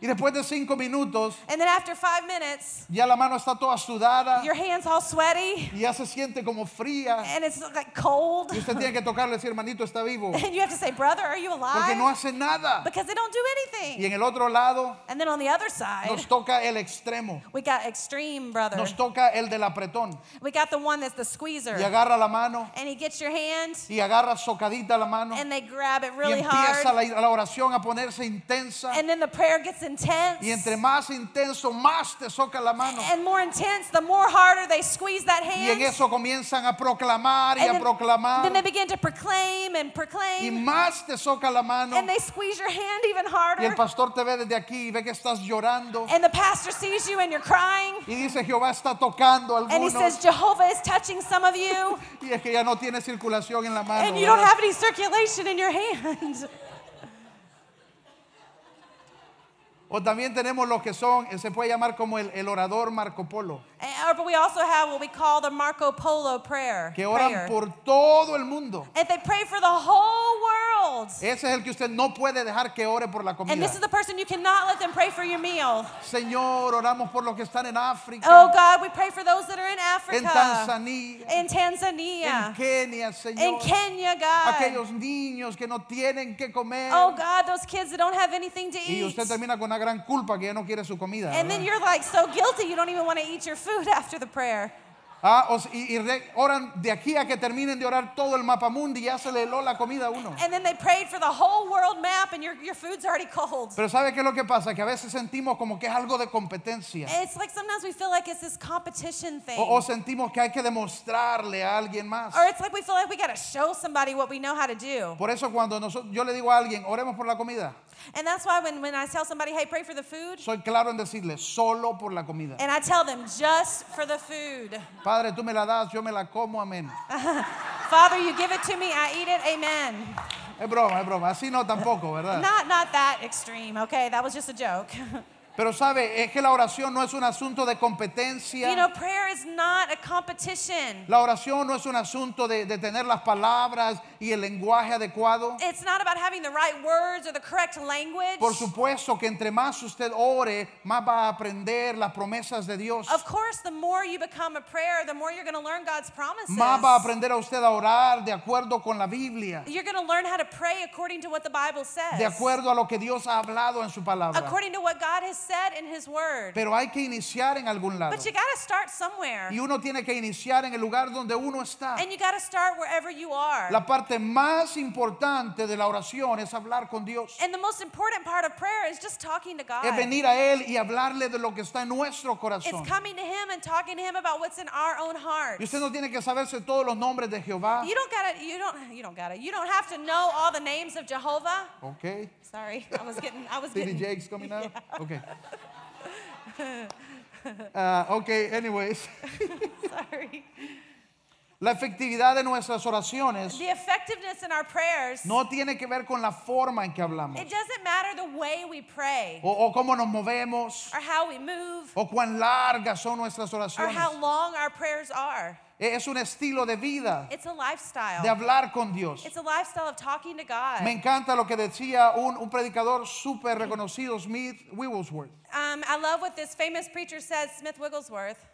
Speaker 2: Y después de cinco minutos,
Speaker 1: And then after five minutes,
Speaker 2: ya la mano está toda sudada
Speaker 1: your hands all sweaty,
Speaker 2: y ya se siente como fría.
Speaker 1: and it's like cold.
Speaker 2: Y usted tiene que tocarle y decir, hermanito, está vivo.
Speaker 1: And you have to say, brother, are you
Speaker 2: Porque
Speaker 1: alive?
Speaker 2: no hace nada.
Speaker 1: because they don't do
Speaker 2: Y
Speaker 1: anything.
Speaker 2: en el otro lado
Speaker 1: And then on the other side,
Speaker 2: nos toca el extremo.
Speaker 1: we got extreme brother.
Speaker 2: Nos toca el del apretón.
Speaker 1: we got the one that's the squeezer.
Speaker 2: Y agarra la mano
Speaker 1: and he gets your hand,
Speaker 2: y agarra socadita la mano.
Speaker 1: and they grab it
Speaker 2: Y
Speaker 1: really
Speaker 2: empieza
Speaker 1: hard.
Speaker 2: la, la oración a ponerse intensa.
Speaker 1: and then the prayer gets intense.
Speaker 2: Y entre más intenso, más te soca la mano.
Speaker 1: and more intense, the more harder they squeeze that
Speaker 2: Y en
Speaker 1: hand.
Speaker 2: eso comienzan a proclamar y
Speaker 1: and
Speaker 2: a proclamar.
Speaker 1: then they begin to proclaim and
Speaker 2: y
Speaker 1: proclaim.
Speaker 2: más te soca la mano
Speaker 1: and they squeeze your hand even harder.
Speaker 2: y el pastor te ve desde aquí y ve que estás llorando
Speaker 1: and the pastor sees you and you're crying.
Speaker 2: y dice Jehová está tocando a
Speaker 1: And he says,
Speaker 2: algunos
Speaker 1: Jehovah is touching some of you,
Speaker 2: y es que ya no tiene circulación en la mano
Speaker 1: and you don't
Speaker 2: ¿verdad?
Speaker 1: have any circulation in your hand.
Speaker 2: o también tenemos los que son eh, se puede llamar como el, el orador Marco Polo
Speaker 1: And- or- But we also have what we call the Marco Polo prayer.
Speaker 2: que oran
Speaker 1: prayer.
Speaker 2: por todo el mundo
Speaker 1: And they pray for the whole world.
Speaker 2: ese es el que usted no puede dejar que ore por la
Speaker 1: And
Speaker 2: comida
Speaker 1: this is the person you cannot let them pray for your meal.
Speaker 2: Señor oramos por los que están en África
Speaker 1: Oh God, we pray for those that are in
Speaker 2: en
Speaker 1: Africa,
Speaker 2: Tanzania
Speaker 1: in
Speaker 2: en
Speaker 1: Tanzania,
Speaker 2: Kenia
Speaker 1: in
Speaker 2: Señor
Speaker 1: Kenya, God.
Speaker 2: aquellos niños que no tienen que comer
Speaker 1: Oh God, those kids that don't have anything to
Speaker 2: Y
Speaker 1: eat.
Speaker 2: usted termina con una gran culpa que ya no quiere su comida.
Speaker 1: And
Speaker 2: ¿verdad?
Speaker 1: then you're like so guilty, you don't even want to eat your food after the prayer.
Speaker 2: Ah, o s- y, y re- oran de aquí a que terminen de orar todo el mapamundi ya se le heló la comida a uno.
Speaker 1: And then they prayed for the whole world map, and your, your food's already cold.
Speaker 2: Pero ¿sabe qué es lo que pasa? Que a veces sentimos como que es algo de competencia.
Speaker 1: It's like sometimes we feel like it's this competition thing.
Speaker 2: O, o sentimos que hay que demostrarle a alguien más.
Speaker 1: Or it's like we feel like we gotta show somebody what we know how to do.
Speaker 2: Por eso cuando noso- yo le digo a alguien, oremos por la comida,
Speaker 1: And that's why when, when I tell somebody, hey, pray for the food,
Speaker 2: soy claro en decirle, solo por la comida.
Speaker 1: and I tell them just for the food.
Speaker 2: Padre, tú me la das, yo me la como, amén.
Speaker 1: Father, you give it to me, I eat it, amen.
Speaker 2: Es broma, es broma. Así no tampoco, ¿verdad?
Speaker 1: Not not that extreme, okay? That was just a joke.
Speaker 2: Pero sabe, es que la oración no es un asunto de competencia.
Speaker 1: You know, prayer is not a competition.
Speaker 2: La oración no es un asunto de, de tener las palabras y el lenguaje adecuado.
Speaker 1: It's not about having the right words or the correct language.
Speaker 2: Por supuesto que entre más usted ore, más va a aprender las promesas de Dios.
Speaker 1: Of course, the more you become a prayer, the more you're going to learn God's promises.
Speaker 2: Más va a aprender a usted a orar de acuerdo con la Biblia,
Speaker 1: You're going to learn how to pray according to what the Bible says.
Speaker 2: de acuerdo a lo que Dios ha hablado en su palabra.
Speaker 1: According to what God has said in His Word.
Speaker 2: Pero hay que iniciar en algún lado.
Speaker 1: But you got to start somewhere.
Speaker 2: Y uno tiene que iniciar en el lugar donde uno está.
Speaker 1: And you got to start wherever you are.
Speaker 2: La parte más importante de la oración es hablar con Dios.
Speaker 1: And the most important part of prayer is just talking to God.
Speaker 2: Es venir a Él y hablarle de lo que está en nuestro corazón.
Speaker 1: It's coming to Him and talking to Him about what's in our own heart.
Speaker 2: Y usted no tiene que saberse todos los nombres de Jehová.
Speaker 1: You don't gotta. You don't. You don't gotta. You don't have to know all the names of Jehovah.
Speaker 2: Ok.
Speaker 1: Sorry, I was getting. I was
Speaker 2: T.D.
Speaker 1: getting.
Speaker 2: Jakes coming out. Ok. Ah, ok, anyways.
Speaker 1: Sorry.
Speaker 2: La efectividad de nuestras oraciones
Speaker 1: The effectiveness in our prayers.
Speaker 2: no tiene que ver con la forma en que hablamos.
Speaker 1: It doesn't matter the way we pray
Speaker 2: O, o cómo nos movemos.
Speaker 1: or how we move
Speaker 2: Oh, O cuán largas son nuestras
Speaker 1: or
Speaker 2: oraciones.
Speaker 1: how long our prayers are.
Speaker 2: E- Es un estilo de vida,
Speaker 1: It's a lifestyle.
Speaker 2: de hablar con Dios.
Speaker 1: It's a lifestyle of talking to God.
Speaker 2: Me encanta lo que decía un, un predicador súper reconocido, Smith Wigglesworth.
Speaker 1: Um, I love what this famous preacher says, Smith Wigglesworth.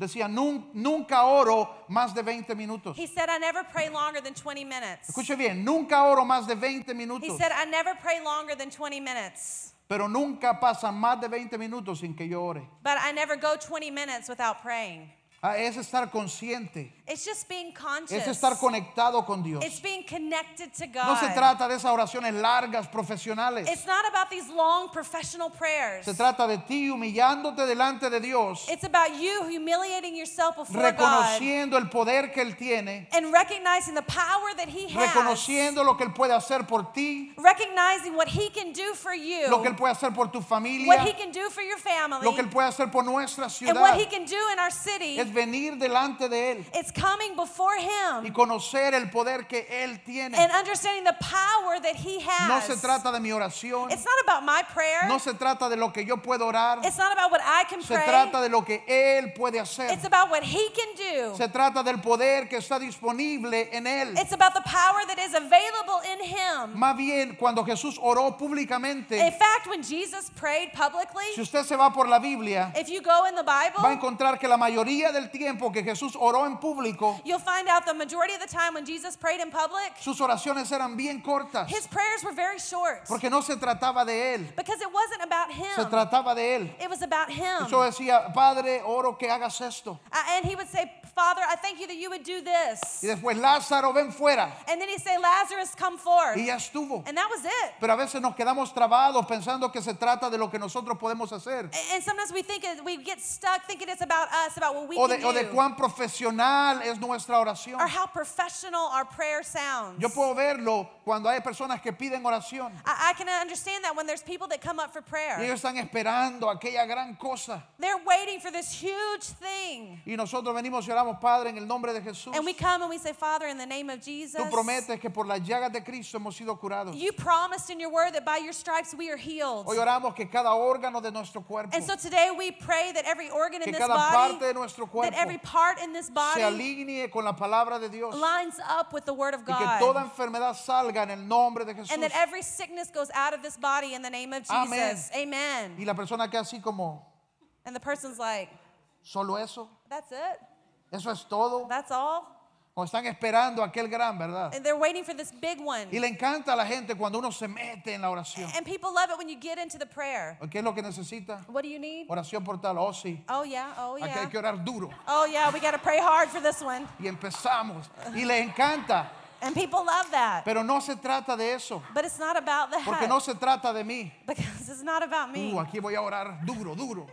Speaker 2: Decía, "Nun- nunca oro más de 20 minutos.
Speaker 1: He said, I never pray longer than 20 minutes.
Speaker 2: Escuche bien, nunca oro más de 20
Speaker 1: He
Speaker 2: minutos,
Speaker 1: said, I never pray longer than 20 minutes,
Speaker 2: pero nunca pasan más de 20 minutos sin que yo ore.
Speaker 1: but I never go 20 minutes without praying.
Speaker 2: Ah, Es estar consciente,
Speaker 1: It's just being conscious.
Speaker 2: es estar conectado con Dios.
Speaker 1: It's being connected to
Speaker 2: No
Speaker 1: God.
Speaker 2: se trata de esas oraciones largas, profesionales.
Speaker 1: It's not about these long professional prayers.
Speaker 2: Se trata de ti humillándote delante de Dios,
Speaker 1: It's about you humiliating yourself before God
Speaker 2: reconociendo el poder que Él tiene,
Speaker 1: and recognizing the power that He has,
Speaker 2: reconociendo lo que Él puede hacer por ti,
Speaker 1: recognizing what He can do for you,
Speaker 2: lo que Él puede hacer por tu
Speaker 1: what He
Speaker 2: familia,
Speaker 1: can do for your family,
Speaker 2: lo que Él puede hacer por nuestra
Speaker 1: and
Speaker 2: ciudad.
Speaker 1: what He can do in our city.
Speaker 2: Es venir delante de Él
Speaker 1: It's coming before
Speaker 2: y
Speaker 1: Him
Speaker 2: conocer el poder que Él
Speaker 1: and
Speaker 2: tiene.
Speaker 1: understanding the power that He
Speaker 2: No
Speaker 1: has.
Speaker 2: se trata de mi oración,
Speaker 1: It's not about my prayer.
Speaker 2: no se trata de lo que yo puedo orar,
Speaker 1: It's not about what I can
Speaker 2: se
Speaker 1: pray.
Speaker 2: trata de lo que Él puede hacer.
Speaker 1: It's about what He can do.
Speaker 2: Se trata del poder que está disponible en Él.
Speaker 1: It's about the power that is available in Him.
Speaker 2: Más bien, cuando Jesús oró
Speaker 1: In
Speaker 2: públicamente,
Speaker 1: fact, when Jesus prayed publicly,
Speaker 2: si usted se va por la Biblia,
Speaker 1: if you go in the
Speaker 2: va a
Speaker 1: Bible,
Speaker 2: encontrar que la mayoría del tiempo que Jesús oró en público,
Speaker 1: you'll find out the majority of the time when Jesus prayed in public,
Speaker 2: sus oraciones eran bien cortas,
Speaker 1: His prayers were very short
Speaker 2: porque no se trataba de Él,
Speaker 1: because it wasn't about
Speaker 2: se
Speaker 1: Him.
Speaker 2: trataba de Él.
Speaker 1: It was about Him.
Speaker 2: Yo decía, Padre, oro que hagas esto.
Speaker 1: Uh, And He would say, Father, I thank you that you would do this.
Speaker 2: Y después, Lázaro, ven fuera.
Speaker 1: And then he'd say, Lazarus, come forth.
Speaker 2: Y ya estuvo.
Speaker 1: And that was it.
Speaker 2: Pero a veces nos quedamos trabados pensando que se trata de lo que nosotros podemos hacer.
Speaker 1: A- And sometimes we think it- we get stuck thinking it's about us, about what we
Speaker 2: O
Speaker 1: can
Speaker 2: de, o de
Speaker 1: do,
Speaker 2: cuán profesional es nuestra oración.
Speaker 1: or how professional our prayer sounds.
Speaker 2: Yo puedo verlo cuando hay personas que piden oración.
Speaker 1: I, I can understand that when there's people that come up for
Speaker 2: Y
Speaker 1: prayer,
Speaker 2: ellos están esperando aquella gran cosa.
Speaker 1: they're waiting for this huge thing,
Speaker 2: Y nosotros venimos y oramos, Padre, en el nombre de Jesús.
Speaker 1: and we come and we say, Father, in the name of Jesus,
Speaker 2: Tú prometes que por las llagas de Cristo hemos sido curados.
Speaker 1: you promised in your word that by your stripes we are healed.
Speaker 2: Hoy oramos que cada órgano de nuestro cuerpo,
Speaker 1: And so today we pray that every organ in
Speaker 2: que
Speaker 1: this
Speaker 2: cada parte de
Speaker 1: body,
Speaker 2: nuestro
Speaker 1: that
Speaker 2: cuerpo
Speaker 1: every part in this
Speaker 2: se
Speaker 1: body
Speaker 2: alinee con la palabra de Dios.
Speaker 1: lines up with the word of
Speaker 2: Y que toda
Speaker 1: God.
Speaker 2: enfermedad salga en el nombre de Jesús.
Speaker 1: And that every sickness goes out of this body in the name of
Speaker 2: Amén.
Speaker 1: Jesus. Amen.
Speaker 2: Y la persona que así como,
Speaker 1: And the person's like,
Speaker 2: solo eso,
Speaker 1: that's it?
Speaker 2: eso es todo.
Speaker 1: That's all?
Speaker 2: O están esperando aquel gran, ¿verdad?
Speaker 1: And they're waiting for this big one.
Speaker 2: Y le encanta a la gente cuando uno se mete en la oración.
Speaker 1: And people love it when you get into the prayer.
Speaker 2: ¿Qué es lo que necesita?
Speaker 1: What do you need?
Speaker 2: Oración por tal. Oh, sí.
Speaker 1: Oh, yeah. Oh,
Speaker 2: Aquí hay
Speaker 1: yeah.
Speaker 2: que orar duro.
Speaker 1: Oh, yeah. We got to pray hard for this one.
Speaker 2: Y empezamos. Y le encanta.
Speaker 1: And people love that.
Speaker 2: Pero no se trata de eso.
Speaker 1: But it's not about
Speaker 2: Porque no
Speaker 1: that.
Speaker 2: se trata de mí.
Speaker 1: Because it's not about me.
Speaker 2: Uh, aquí voy a orar duro, duro.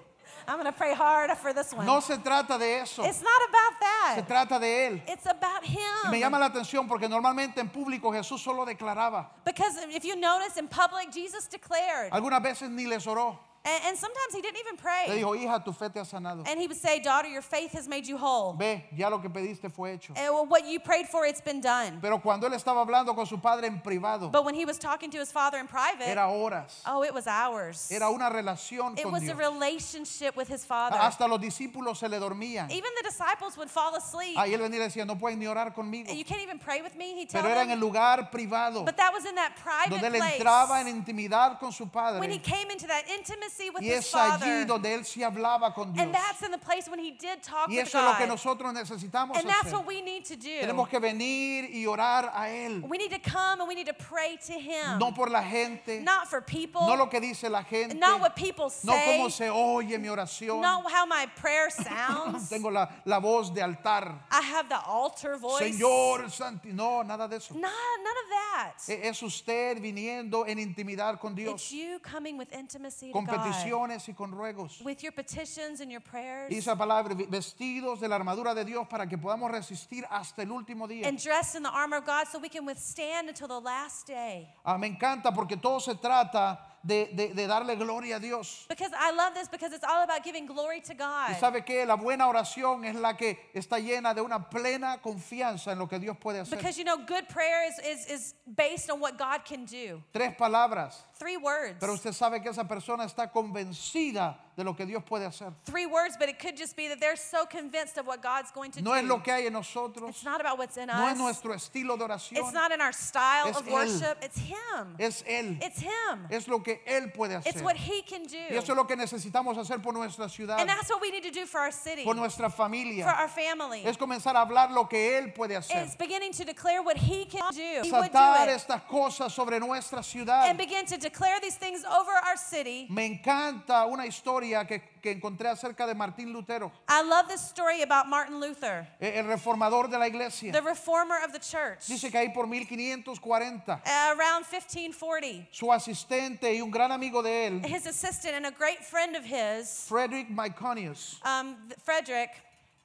Speaker 1: I'm going to pray hard for this one.
Speaker 2: No se trata de eso.
Speaker 1: It's not about
Speaker 2: Se
Speaker 1: that.
Speaker 2: trata de Él.
Speaker 1: It's about
Speaker 2: Y me llama
Speaker 1: Him.
Speaker 2: la atención porque normalmente en público Jesús solo declaraba.
Speaker 1: Because if you notice in public, Jesus declared.
Speaker 2: Algunas veces ni les oró.
Speaker 1: And, and sometimes he didn't even
Speaker 2: Le
Speaker 1: pray.
Speaker 2: dijo, hija, tu fe te ha sanado.
Speaker 1: And he would say, Daughter, your faith has made you whole.
Speaker 2: Ve, ya lo que pediste fue hecho.
Speaker 1: And well, what you prayed for, it's been done.
Speaker 2: Pero cuando él estaba hablando con su padre en privado,
Speaker 1: But when he was talking to his father in private,
Speaker 2: era horas.
Speaker 1: oh, it was hours.
Speaker 2: Era una relación
Speaker 1: It
Speaker 2: con
Speaker 1: was a
Speaker 2: Dios. Ah,
Speaker 1: relationship with his father.
Speaker 2: Hasta los discípulos se le dormían.
Speaker 1: Even the disciples would fall asleep.
Speaker 2: Ahí él venía y decía, no pueden ni orar conmigo.
Speaker 1: You can't even pray with me, he'd tell
Speaker 2: Pero era en el
Speaker 1: them.
Speaker 2: lugar privado,
Speaker 1: But that was in that private
Speaker 2: donde él entraba en
Speaker 1: place.
Speaker 2: intimidad con su
Speaker 1: When he
Speaker 2: padre.
Speaker 1: came into that intimacy with
Speaker 2: Y
Speaker 1: his
Speaker 2: es allí
Speaker 1: father.
Speaker 2: donde él se hablaba con Dios.
Speaker 1: And that's in the place when he did talk
Speaker 2: Y
Speaker 1: with
Speaker 2: eso es lo que
Speaker 1: God.
Speaker 2: nosotros necesitamos
Speaker 1: And that's
Speaker 2: hacer.
Speaker 1: what we need to do.
Speaker 2: Tenemos que venir y orar a Él.
Speaker 1: We need to come and we need to pray to him.
Speaker 2: No por la gente,
Speaker 1: Not for people.
Speaker 2: no lo que dice la gente,
Speaker 1: not what people
Speaker 2: no
Speaker 1: say,
Speaker 2: cómo se oye mi oración.
Speaker 1: not how my prayer sounds.
Speaker 2: Tengo la, la voz de altar.
Speaker 1: I have the altar voice.
Speaker 2: Señor Santi. No, nada de eso.
Speaker 1: Nah, none of that.
Speaker 2: E- Es usted viniendo en intimidad con
Speaker 1: It's
Speaker 2: Dios,
Speaker 1: you coming with intimacy to
Speaker 2: con
Speaker 1: God,
Speaker 2: peticiones y con ruegos.
Speaker 1: with your petitions and your prayers,
Speaker 2: Dice la palabra, "Vi- vestidos de la armadura de Dios para que podamos resistir hasta el último día.
Speaker 1: and dressed in the armor of God so we can withstand until the last day.
Speaker 2: Ah, me encanta porque todo se trata de, de- de darle gloria a Dios.
Speaker 1: Because I love this because it's all about giving glory to
Speaker 2: Y
Speaker 1: God.
Speaker 2: sabe que la buena oración es la que está llena de una plena confianza en lo que Dios puede hacer.
Speaker 1: Because you know, good prayer is, is, is based on what God can do.
Speaker 2: Tres palabras,
Speaker 1: Three words.
Speaker 2: pero usted sabe que esa persona está convencida de lo que Dios puede hacer.
Speaker 1: Three words, but it could just be that they're so convinced of what God's going to
Speaker 2: No
Speaker 1: do.
Speaker 2: es lo que hay en nosotros,
Speaker 1: it's not about what's in
Speaker 2: no es
Speaker 1: us.
Speaker 2: nuestro estilo de
Speaker 1: It's
Speaker 2: oración,
Speaker 1: not in our style
Speaker 2: Es
Speaker 1: of
Speaker 2: él.
Speaker 1: worship. It's Him.
Speaker 2: es Él,
Speaker 1: it's Him.
Speaker 2: es lo que Él puede
Speaker 1: It's what
Speaker 2: hacer.
Speaker 1: He can do.
Speaker 2: Y eso es lo que necesitamos hacer por nuestra ciudad,
Speaker 1: and that's what we need to do for our city,
Speaker 2: por nuestra
Speaker 1: for
Speaker 2: familia.
Speaker 1: our family.
Speaker 2: Es comenzar a hablar lo que Él puede hacer.
Speaker 1: It's beginning to declare what He can do. He would do
Speaker 2: Saltar
Speaker 1: it.
Speaker 2: estas cosas sobre nuestra
Speaker 1: And
Speaker 2: ciudad.
Speaker 1: begin to declare these things over our city.
Speaker 2: Me encanta una historia que, que encontré acerca de Martín Lutero,
Speaker 1: I love this story about Martin Luther,
Speaker 2: e- el reformador de la iglesia.
Speaker 1: the reformer of the church.
Speaker 2: Dice que ahí por 1540,
Speaker 1: Uh, around 1540,
Speaker 2: su asistente y un gran amigo de él,
Speaker 1: his assistant and a great friend of his,
Speaker 2: Frederick Myconius,
Speaker 1: um, th- Frederick,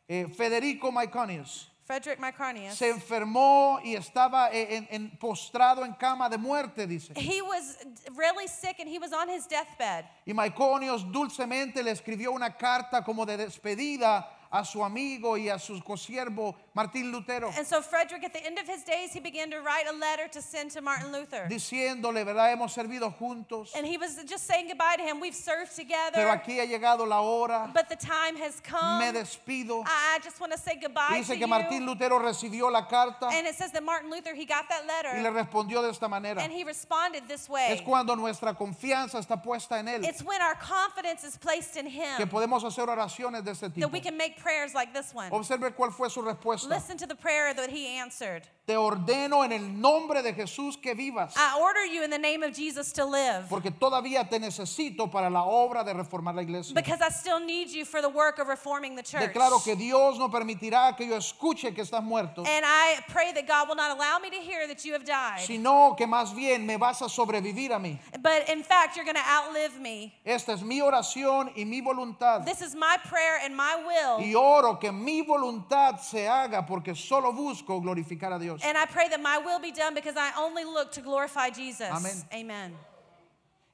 Speaker 2: eh, Federico Myconius,
Speaker 1: Frederick Micronius,
Speaker 2: se enfermó y estaba eh, en- en- postrado en cama de muerte, dice.
Speaker 1: he was really sick and he was on his deathbed.
Speaker 2: Y Myconius dulcemente le escribió una carta como de despedida a su amigo y a su consiervo Martín Lutero.
Speaker 1: And so Frederick, at the end of his days, he began to write a letter to send to Martin Luther.
Speaker 2: diciéndole, ¿verdad? Hemos servido juntos,
Speaker 1: And he was just saying goodbye to him. We've served
Speaker 2: pero
Speaker 1: together,
Speaker 2: aquí ha llegado la hora,
Speaker 1: but the time has come.
Speaker 2: me
Speaker 1: I
Speaker 2: despido.
Speaker 1: I just want to say
Speaker 2: Y
Speaker 1: goodbye to
Speaker 2: Dice que
Speaker 1: you.
Speaker 2: Martín Lutero recibió la carta
Speaker 1: And it says that Martin Luther, he got that
Speaker 2: y le
Speaker 1: letter
Speaker 2: respondió de esta manera.
Speaker 1: and he responded this
Speaker 2: Es
Speaker 1: way.
Speaker 2: cuando nuestra confianza está puesta en Él
Speaker 1: It's when our confidence is placed in
Speaker 2: que
Speaker 1: him
Speaker 2: podemos hacer oraciones de este tipo.
Speaker 1: that we can make prayers like this one.
Speaker 2: Observe cuál fue su respuesta.
Speaker 1: Listen to the prayer that he answered.
Speaker 2: Te ordeno en el nombre de Jesús que vivas,
Speaker 1: I order you in the name of Jesus to live
Speaker 2: porque todavía te necesito para la obra de reformar la iglesia.
Speaker 1: because I still need you for the work of reforming the church.
Speaker 2: Declaro que Dios no permitirá que yo escuche que estás muerto,
Speaker 1: And I pray that God will not allow me to hear that you have died.
Speaker 2: sino que más bien me vas a sobrevivir a mí.
Speaker 1: But in fact, you're going to outlive me.
Speaker 2: Esta es mi oración y mi voluntad.
Speaker 1: This is my prayer and my will.
Speaker 2: Y oro que mi voluntad se haga porque solo busco glorificar a Dios.
Speaker 1: And I pray that my will be done because I only look to glorify Jesus.
Speaker 2: Amén.
Speaker 1: Amen.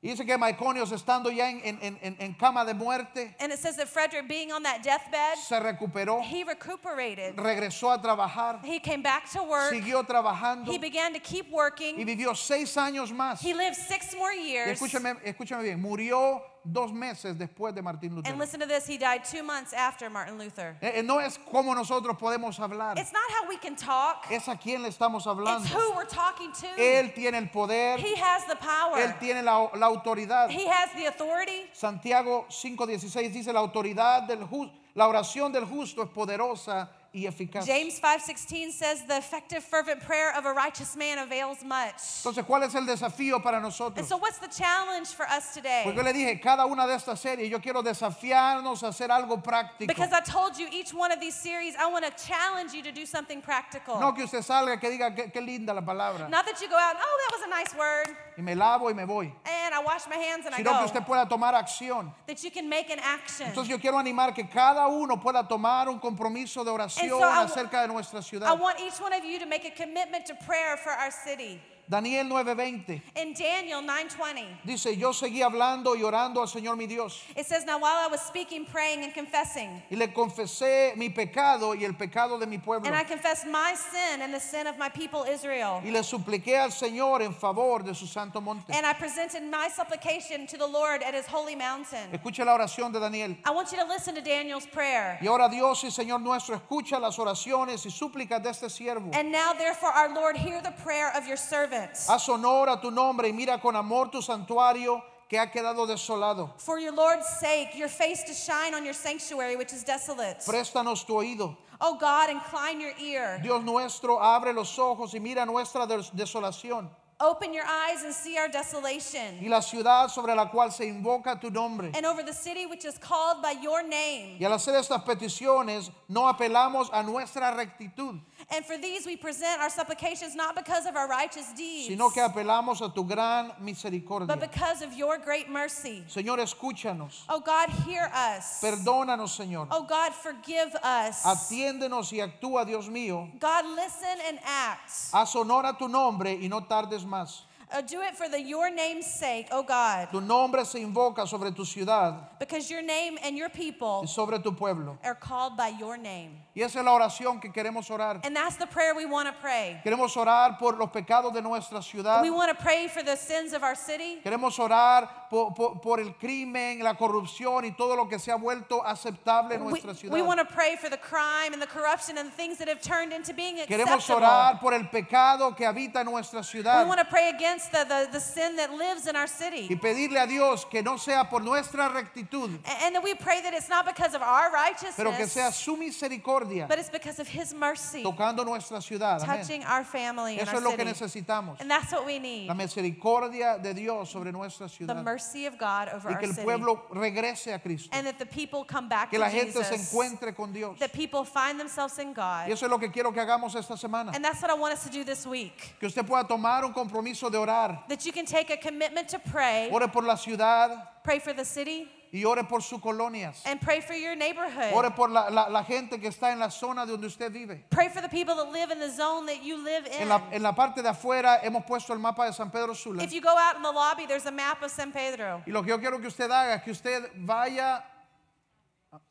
Speaker 2: Y dice que Maiconios estando ya en, en- en- en- en cama de muerte,
Speaker 1: And it says that Frederick, being on that deathbed,
Speaker 2: se recuperó,
Speaker 1: he recuperated.
Speaker 2: regresó a trabajar,
Speaker 1: He came back to work.
Speaker 2: siguió trabajando
Speaker 1: He began to keep
Speaker 2: y
Speaker 1: working.
Speaker 2: vivió seis años más.
Speaker 1: He
Speaker 2: Y
Speaker 1: lived six more years.
Speaker 2: Escúchame, escúchame bien, murió dos meses después de Martín
Speaker 1: And
Speaker 2: Lutero.
Speaker 1: listen to this, he died two months after Martin Luther.
Speaker 2: Eh, eh, No es como nosotros podemos hablar,
Speaker 1: It's not how we can talk,
Speaker 2: es a quien le estamos hablando.
Speaker 1: it's who we're talking to.
Speaker 2: Él tiene el poder,
Speaker 1: He has the power,
Speaker 2: él tiene la- la autoridad.
Speaker 1: he has the authority.
Speaker 2: Santiago 5:16 dice la autoridad del ju- la oración del justo es poderosa y eficaz.
Speaker 1: James 5:16 says the effective fervent prayer of a righteous man avails much.
Speaker 2: Entonces, ¿cuál es el desafío para
Speaker 1: And
Speaker 2: nosotros?
Speaker 1: so what's the challenge for us
Speaker 2: Porque yo
Speaker 1: today?
Speaker 2: le dije, cada una de estas series yo quiero desafiarnos a hacer algo práctico.
Speaker 1: Because I told you each one of these series I want to challenge you to do something practical.
Speaker 2: No que usted salga y que diga qué, qué linda la palabra
Speaker 1: Not that you go out, and, oh, that was a nice word,
Speaker 2: y me lavo y me voy,
Speaker 1: and I wash my hands and I
Speaker 2: sino que
Speaker 1: go.
Speaker 2: usted pueda tomar acción.
Speaker 1: That you can make an action.
Speaker 2: Entonces yo quiero animar que cada uno pueda tomar un compromiso de oración
Speaker 1: I wa-
Speaker 2: acerca de nuestra
Speaker 1: I
Speaker 2: ciudad.
Speaker 1: want each one of you to make a commitment to prayer for our city.
Speaker 2: Daniel 9:20
Speaker 1: In Daniel 9:20,
Speaker 2: dice, yo seguí hablando y orando al Señor mi Dios.
Speaker 1: it says, "Now while I was speaking, praying, and confessing,
Speaker 2: y le confesé mi pecado y el pecado de mi pueblo
Speaker 1: and I confessed my sin and the sin of my people Israel,
Speaker 2: y le supliqué al Señor en favor de su santo monte.
Speaker 1: and I presented my supplication to the Lord at His holy mountain."
Speaker 2: Escuche la oración de Daniel.
Speaker 1: I want you to listen to Daniel's prayer.
Speaker 2: Y ahora Dios y Señor nuestro escucha las oraciones y súplicas de este siervo.
Speaker 1: And now, therefore, our Lord, hear the prayer of your servant.
Speaker 2: Haz honor a tu nombre y mira con amor tu santuario que ha quedado desolado.
Speaker 1: For your Lord's sake, your face to shine on your sanctuary, which is desolate.
Speaker 2: Préstanos tu oído.
Speaker 1: Oh God, incline your ear.
Speaker 2: Dios nuestro, abre los ojos y mira nuestra des- desolación
Speaker 1: Open your eyes and see our desolation.
Speaker 2: y la ciudad sobre la cual se invoca tu nombre.
Speaker 1: and over the city which is called by your name.
Speaker 2: Y al hacer estas peticiones no apelamos a nuestra rectitud.
Speaker 1: And for these we present our supplications not because of our righteous deeds,
Speaker 2: sino que apelamos a tu gran
Speaker 1: but
Speaker 2: misericordia.
Speaker 1: because of your great mercy.
Speaker 2: Señor, escúchanos,
Speaker 1: Oh God, hear us.
Speaker 2: perdónanos, Señor,
Speaker 1: Oh God, forgive us.
Speaker 2: atiéndenos y actúa, Dios mío.
Speaker 1: God, listen and act.
Speaker 2: Haz honor a tu nombre y no tardes más.
Speaker 1: Uh, do it for the your name's sake, oh God,
Speaker 2: Tu nombre se invoca sobre tu ciudad
Speaker 1: because your name and your
Speaker 2: y
Speaker 1: people
Speaker 2: sobre tu pueblo.
Speaker 1: are called by your name.
Speaker 2: Y esa es la oración que queremos orar.
Speaker 1: And that's the prayer we want to pray.
Speaker 2: Queremos orar por los pecados de nuestra ciudad.
Speaker 1: We want to pray for the sins of our city.
Speaker 2: Queremos orar por, por- por el crimen, la corrupción y todo lo que se ha vuelto aceptable en
Speaker 1: We,
Speaker 2: nuestra
Speaker 1: we
Speaker 2: ciudad.
Speaker 1: want to pray for the crime and the corruption and the things that have turned into being
Speaker 2: Queremos
Speaker 1: acceptable.
Speaker 2: orar por el pecado que habita en nuestra
Speaker 1: We
Speaker 2: ciudad
Speaker 1: want to pray against the, the, the sin that lives in our city.
Speaker 2: y pedirle a Dios que no sea por nuestra rectitud,
Speaker 1: A- And that we pray that it's not because of our
Speaker 2: pero que sea
Speaker 1: righteousness,
Speaker 2: su misericordia
Speaker 1: but it's because of His mercy
Speaker 2: tocando nuestra ciudad. Amén.
Speaker 1: touching our family and
Speaker 2: Eso
Speaker 1: our
Speaker 2: es lo que
Speaker 1: city.
Speaker 2: necesitamos.
Speaker 1: And that's what we need
Speaker 2: La misericordia de Dios sobre nuestra
Speaker 1: the
Speaker 2: ciudad.
Speaker 1: mercy of God over
Speaker 2: Y
Speaker 1: our
Speaker 2: que el
Speaker 1: city.
Speaker 2: pueblo regrese a Cristo.
Speaker 1: And that the people come back
Speaker 2: Que
Speaker 1: to
Speaker 2: la gente se
Speaker 1: Jesus.
Speaker 2: encuentre con Dios.
Speaker 1: That people find themselves in
Speaker 2: Y
Speaker 1: God.
Speaker 2: eso es lo que quiero que hagamos esta semana.
Speaker 1: And that's what I want us to do this week.
Speaker 2: Que usted pueda tomar un compromiso de orar.
Speaker 1: That you can take a commitment to pray,
Speaker 2: Ore por la ciudad
Speaker 1: pray for the city,
Speaker 2: y ore por sus colonias.
Speaker 1: and pray for your
Speaker 2: Ore
Speaker 1: neighborhood.
Speaker 2: por la, la- la gente que está en la zona de donde usted vive.
Speaker 1: Pray for the people that live in the zone that you live
Speaker 2: En
Speaker 1: in.
Speaker 2: la, en la parte de afuera hemos puesto el mapa de San Pedro Sula.
Speaker 1: If you go out in the lobby, there's a map of San Pedro.
Speaker 2: Y lo que yo quiero que usted haga es que usted vaya.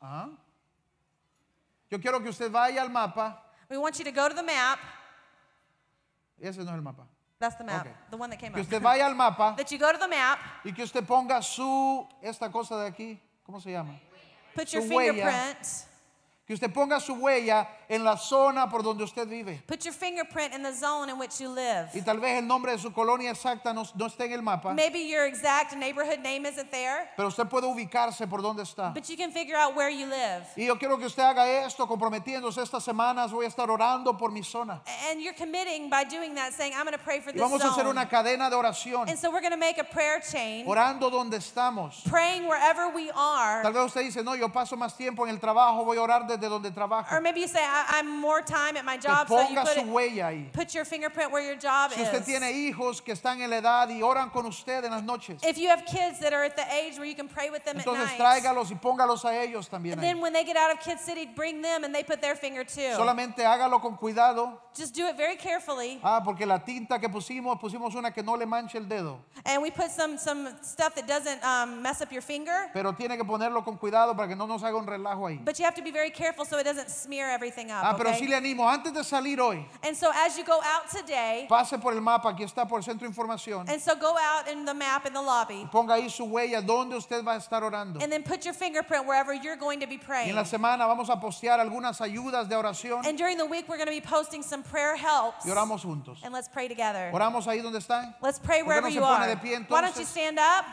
Speaker 2: Ah. Yo quiero que usted vaya al mapa.
Speaker 1: We want you to go to the map.
Speaker 2: Ese no es el mapa.
Speaker 1: That's the map,
Speaker 2: Okay.
Speaker 1: the one that came
Speaker 2: Que
Speaker 1: up.
Speaker 2: usted vaya al mapa
Speaker 1: that you go to the map,
Speaker 2: y que usted ponga su, esta cosa de aquí, ¿cómo se llama?
Speaker 1: put your
Speaker 2: Su huella.
Speaker 1: fingerprint,
Speaker 2: Que usted ponga su huella en la zona por donde usted vive.
Speaker 1: put your fingerprint in the zone in which you live.
Speaker 2: Y tal vez el nombre de su colonia exacta no, no esté en el mapa,
Speaker 1: Maybe your exact neighborhood name isn't there,
Speaker 2: pero usted puede ubicarse por donde está.
Speaker 1: but you can figure out where you live.
Speaker 2: Y yo quiero que usted haga esto comprometiéndose estas semanas. Voy a estar orando por mi zona.
Speaker 1: And you're committing by doing that, saying, I'm going to pray for
Speaker 2: Y
Speaker 1: this
Speaker 2: vamos a hacer
Speaker 1: zone.
Speaker 2: una cadena de oración,
Speaker 1: And so we're going to make a prayer chain,
Speaker 2: orando donde estamos.
Speaker 1: praying wherever we
Speaker 2: Tal
Speaker 1: are.
Speaker 2: vez usted dice, no, yo paso más tiempo en el trabajo, voy a orar desde donde trabajo.
Speaker 1: Or maybe you say, I- I'm more time at my
Speaker 2: Que
Speaker 1: job, so you
Speaker 2: ponga
Speaker 1: put,
Speaker 2: su
Speaker 1: it,
Speaker 2: huella ahí.
Speaker 1: put your fingerprint where your job
Speaker 2: Si usted
Speaker 1: is.
Speaker 2: tiene hijos que están en la edad y oran con usted en las noches,
Speaker 1: If you have kids that are at the age where you can pray with them
Speaker 2: entonces
Speaker 1: at night,
Speaker 2: tráigalos y póngalos a ellos también.
Speaker 1: and
Speaker 2: ahí.
Speaker 1: then when they get out of Kid City, bring them and they put their finger too.
Speaker 2: Solamente hágalo con cuidado.
Speaker 1: Just do it very carefully.
Speaker 2: Ah, porque la tinta que pusimos, pusimos una que no le manche el dedo.
Speaker 1: And we put some, some stuff that doesn't um, mess up your finger,
Speaker 2: Pero tiene que ponerlo con cuidado para que no nos haga un relajo ahí.
Speaker 1: but you have to be very careful so it doesn't smear everything up.
Speaker 2: Ah, pero
Speaker 1: okay?
Speaker 2: sí le animo, antes de salir hoy,
Speaker 1: And so as you go out today,
Speaker 2: pase por el mapa, aquí está por el centro de información,
Speaker 1: and so go out in the map in the lobby,
Speaker 2: ponga ahí su huella, donde usted va a estar orando.
Speaker 1: and then put your fingerprint wherever you're going to be
Speaker 2: Y en
Speaker 1: praying.
Speaker 2: la semana vamos a postear algunas ayudas de oración
Speaker 1: And during the week, we're going to be posting some prayer helps,
Speaker 2: y oramos juntos.
Speaker 1: and let's pray together.
Speaker 2: Oramos ahí donde están
Speaker 1: Let's pray
Speaker 2: ¿Por qué
Speaker 1: wherever
Speaker 2: no se
Speaker 1: you
Speaker 2: pone
Speaker 1: are.
Speaker 2: de pie,
Speaker 1: Why don't you
Speaker 2: entonces?
Speaker 1: stand up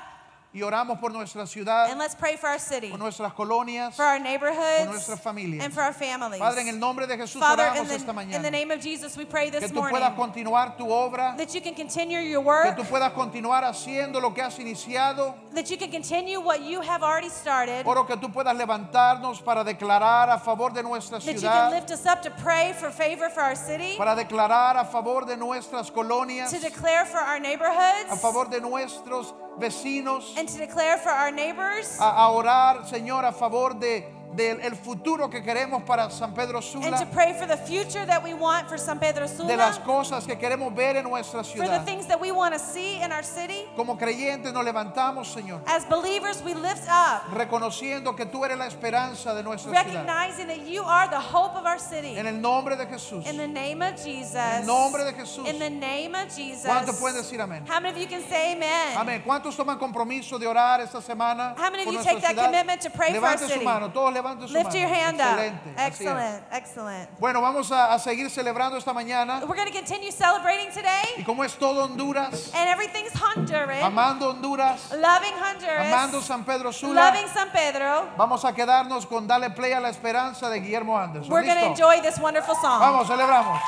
Speaker 2: y oramos por nuestra ciudad,
Speaker 1: and let's pray for our city,
Speaker 2: por nuestras colonias,
Speaker 1: for our
Speaker 2: por
Speaker 1: neighborhoods,
Speaker 2: nuestras familias.
Speaker 1: and for our families.
Speaker 2: Padre, en el nombre de Jesús
Speaker 1: Father, in
Speaker 2: oramos esta
Speaker 1: the, in the
Speaker 2: mañana.
Speaker 1: name of Jesus, we pray
Speaker 2: Que
Speaker 1: this
Speaker 2: tú puedas
Speaker 1: morning
Speaker 2: continuar tu obra,
Speaker 1: that you can continue your
Speaker 2: que
Speaker 1: work,
Speaker 2: tú puedas continuar haciendo lo que has iniciado.
Speaker 1: that you can continue what you have already started,
Speaker 2: Oro que tú puedas levantarnos para declarar a favor de nuestra
Speaker 1: that you can
Speaker 2: ciudad,
Speaker 1: lift us up to pray for favor for our city,
Speaker 2: para declarar a favor de nuestras colonias,
Speaker 1: to declare for our
Speaker 2: a
Speaker 1: neighborhoods,
Speaker 2: favor de nuestros vecinos,
Speaker 1: and to declare for our neighbors,
Speaker 2: a, a orar, Señor, a favor de del el futuro que queremos para San Pedro
Speaker 1: and to
Speaker 2: Sula,
Speaker 1: pray for the future that we want for San Pedro
Speaker 2: de las
Speaker 1: Sula,
Speaker 2: cosas que queremos ver en nuestra
Speaker 1: for the
Speaker 2: ciudad.
Speaker 1: things that we want to see in our city.
Speaker 2: Como creyentes nos levantamos, Señor,
Speaker 1: As believers, we lift up,
Speaker 2: reconociendo que tú eres la esperanza de nuestra ciudad.
Speaker 1: recognizing that you are the hope of our city.
Speaker 2: En el nombre de Jesús.
Speaker 1: In the name of Jesus.
Speaker 2: el nombre de Jesús.
Speaker 1: In the name of Jesus.
Speaker 2: ¿Cuántos pueden decir amén?
Speaker 1: How many of you can say amen?
Speaker 2: Amén. ¿Cuántos toman compromiso de orar esta semana?
Speaker 1: How many of
Speaker 2: por
Speaker 1: you
Speaker 2: nuestra
Speaker 1: take that
Speaker 2: ciudad?
Speaker 1: commitment to pray for our
Speaker 2: levante su
Speaker 1: city?
Speaker 2: mano, todos levanten su
Speaker 1: Lift
Speaker 2: mano.
Speaker 1: your hand
Speaker 2: Excelente.
Speaker 1: up.
Speaker 2: así es.
Speaker 1: Excellent. Excellent.
Speaker 2: Bueno, vamos a, a seguir celebrando esta mañana.
Speaker 1: We're going to continue celebrating
Speaker 2: Y
Speaker 1: today,
Speaker 2: como es todo Honduras,
Speaker 1: and everything's Honduran.
Speaker 2: amando Honduras,
Speaker 1: Loving Honduras.
Speaker 2: amando San Pedro Sula,
Speaker 1: loving San Pedro.
Speaker 2: vamos a quedarnos con Dale Play a la Esperanza de Guillermo Anderson.
Speaker 1: We're going to
Speaker 2: ¿Listo?
Speaker 1: enjoy this wonderful song.
Speaker 2: Vamos, celebramos.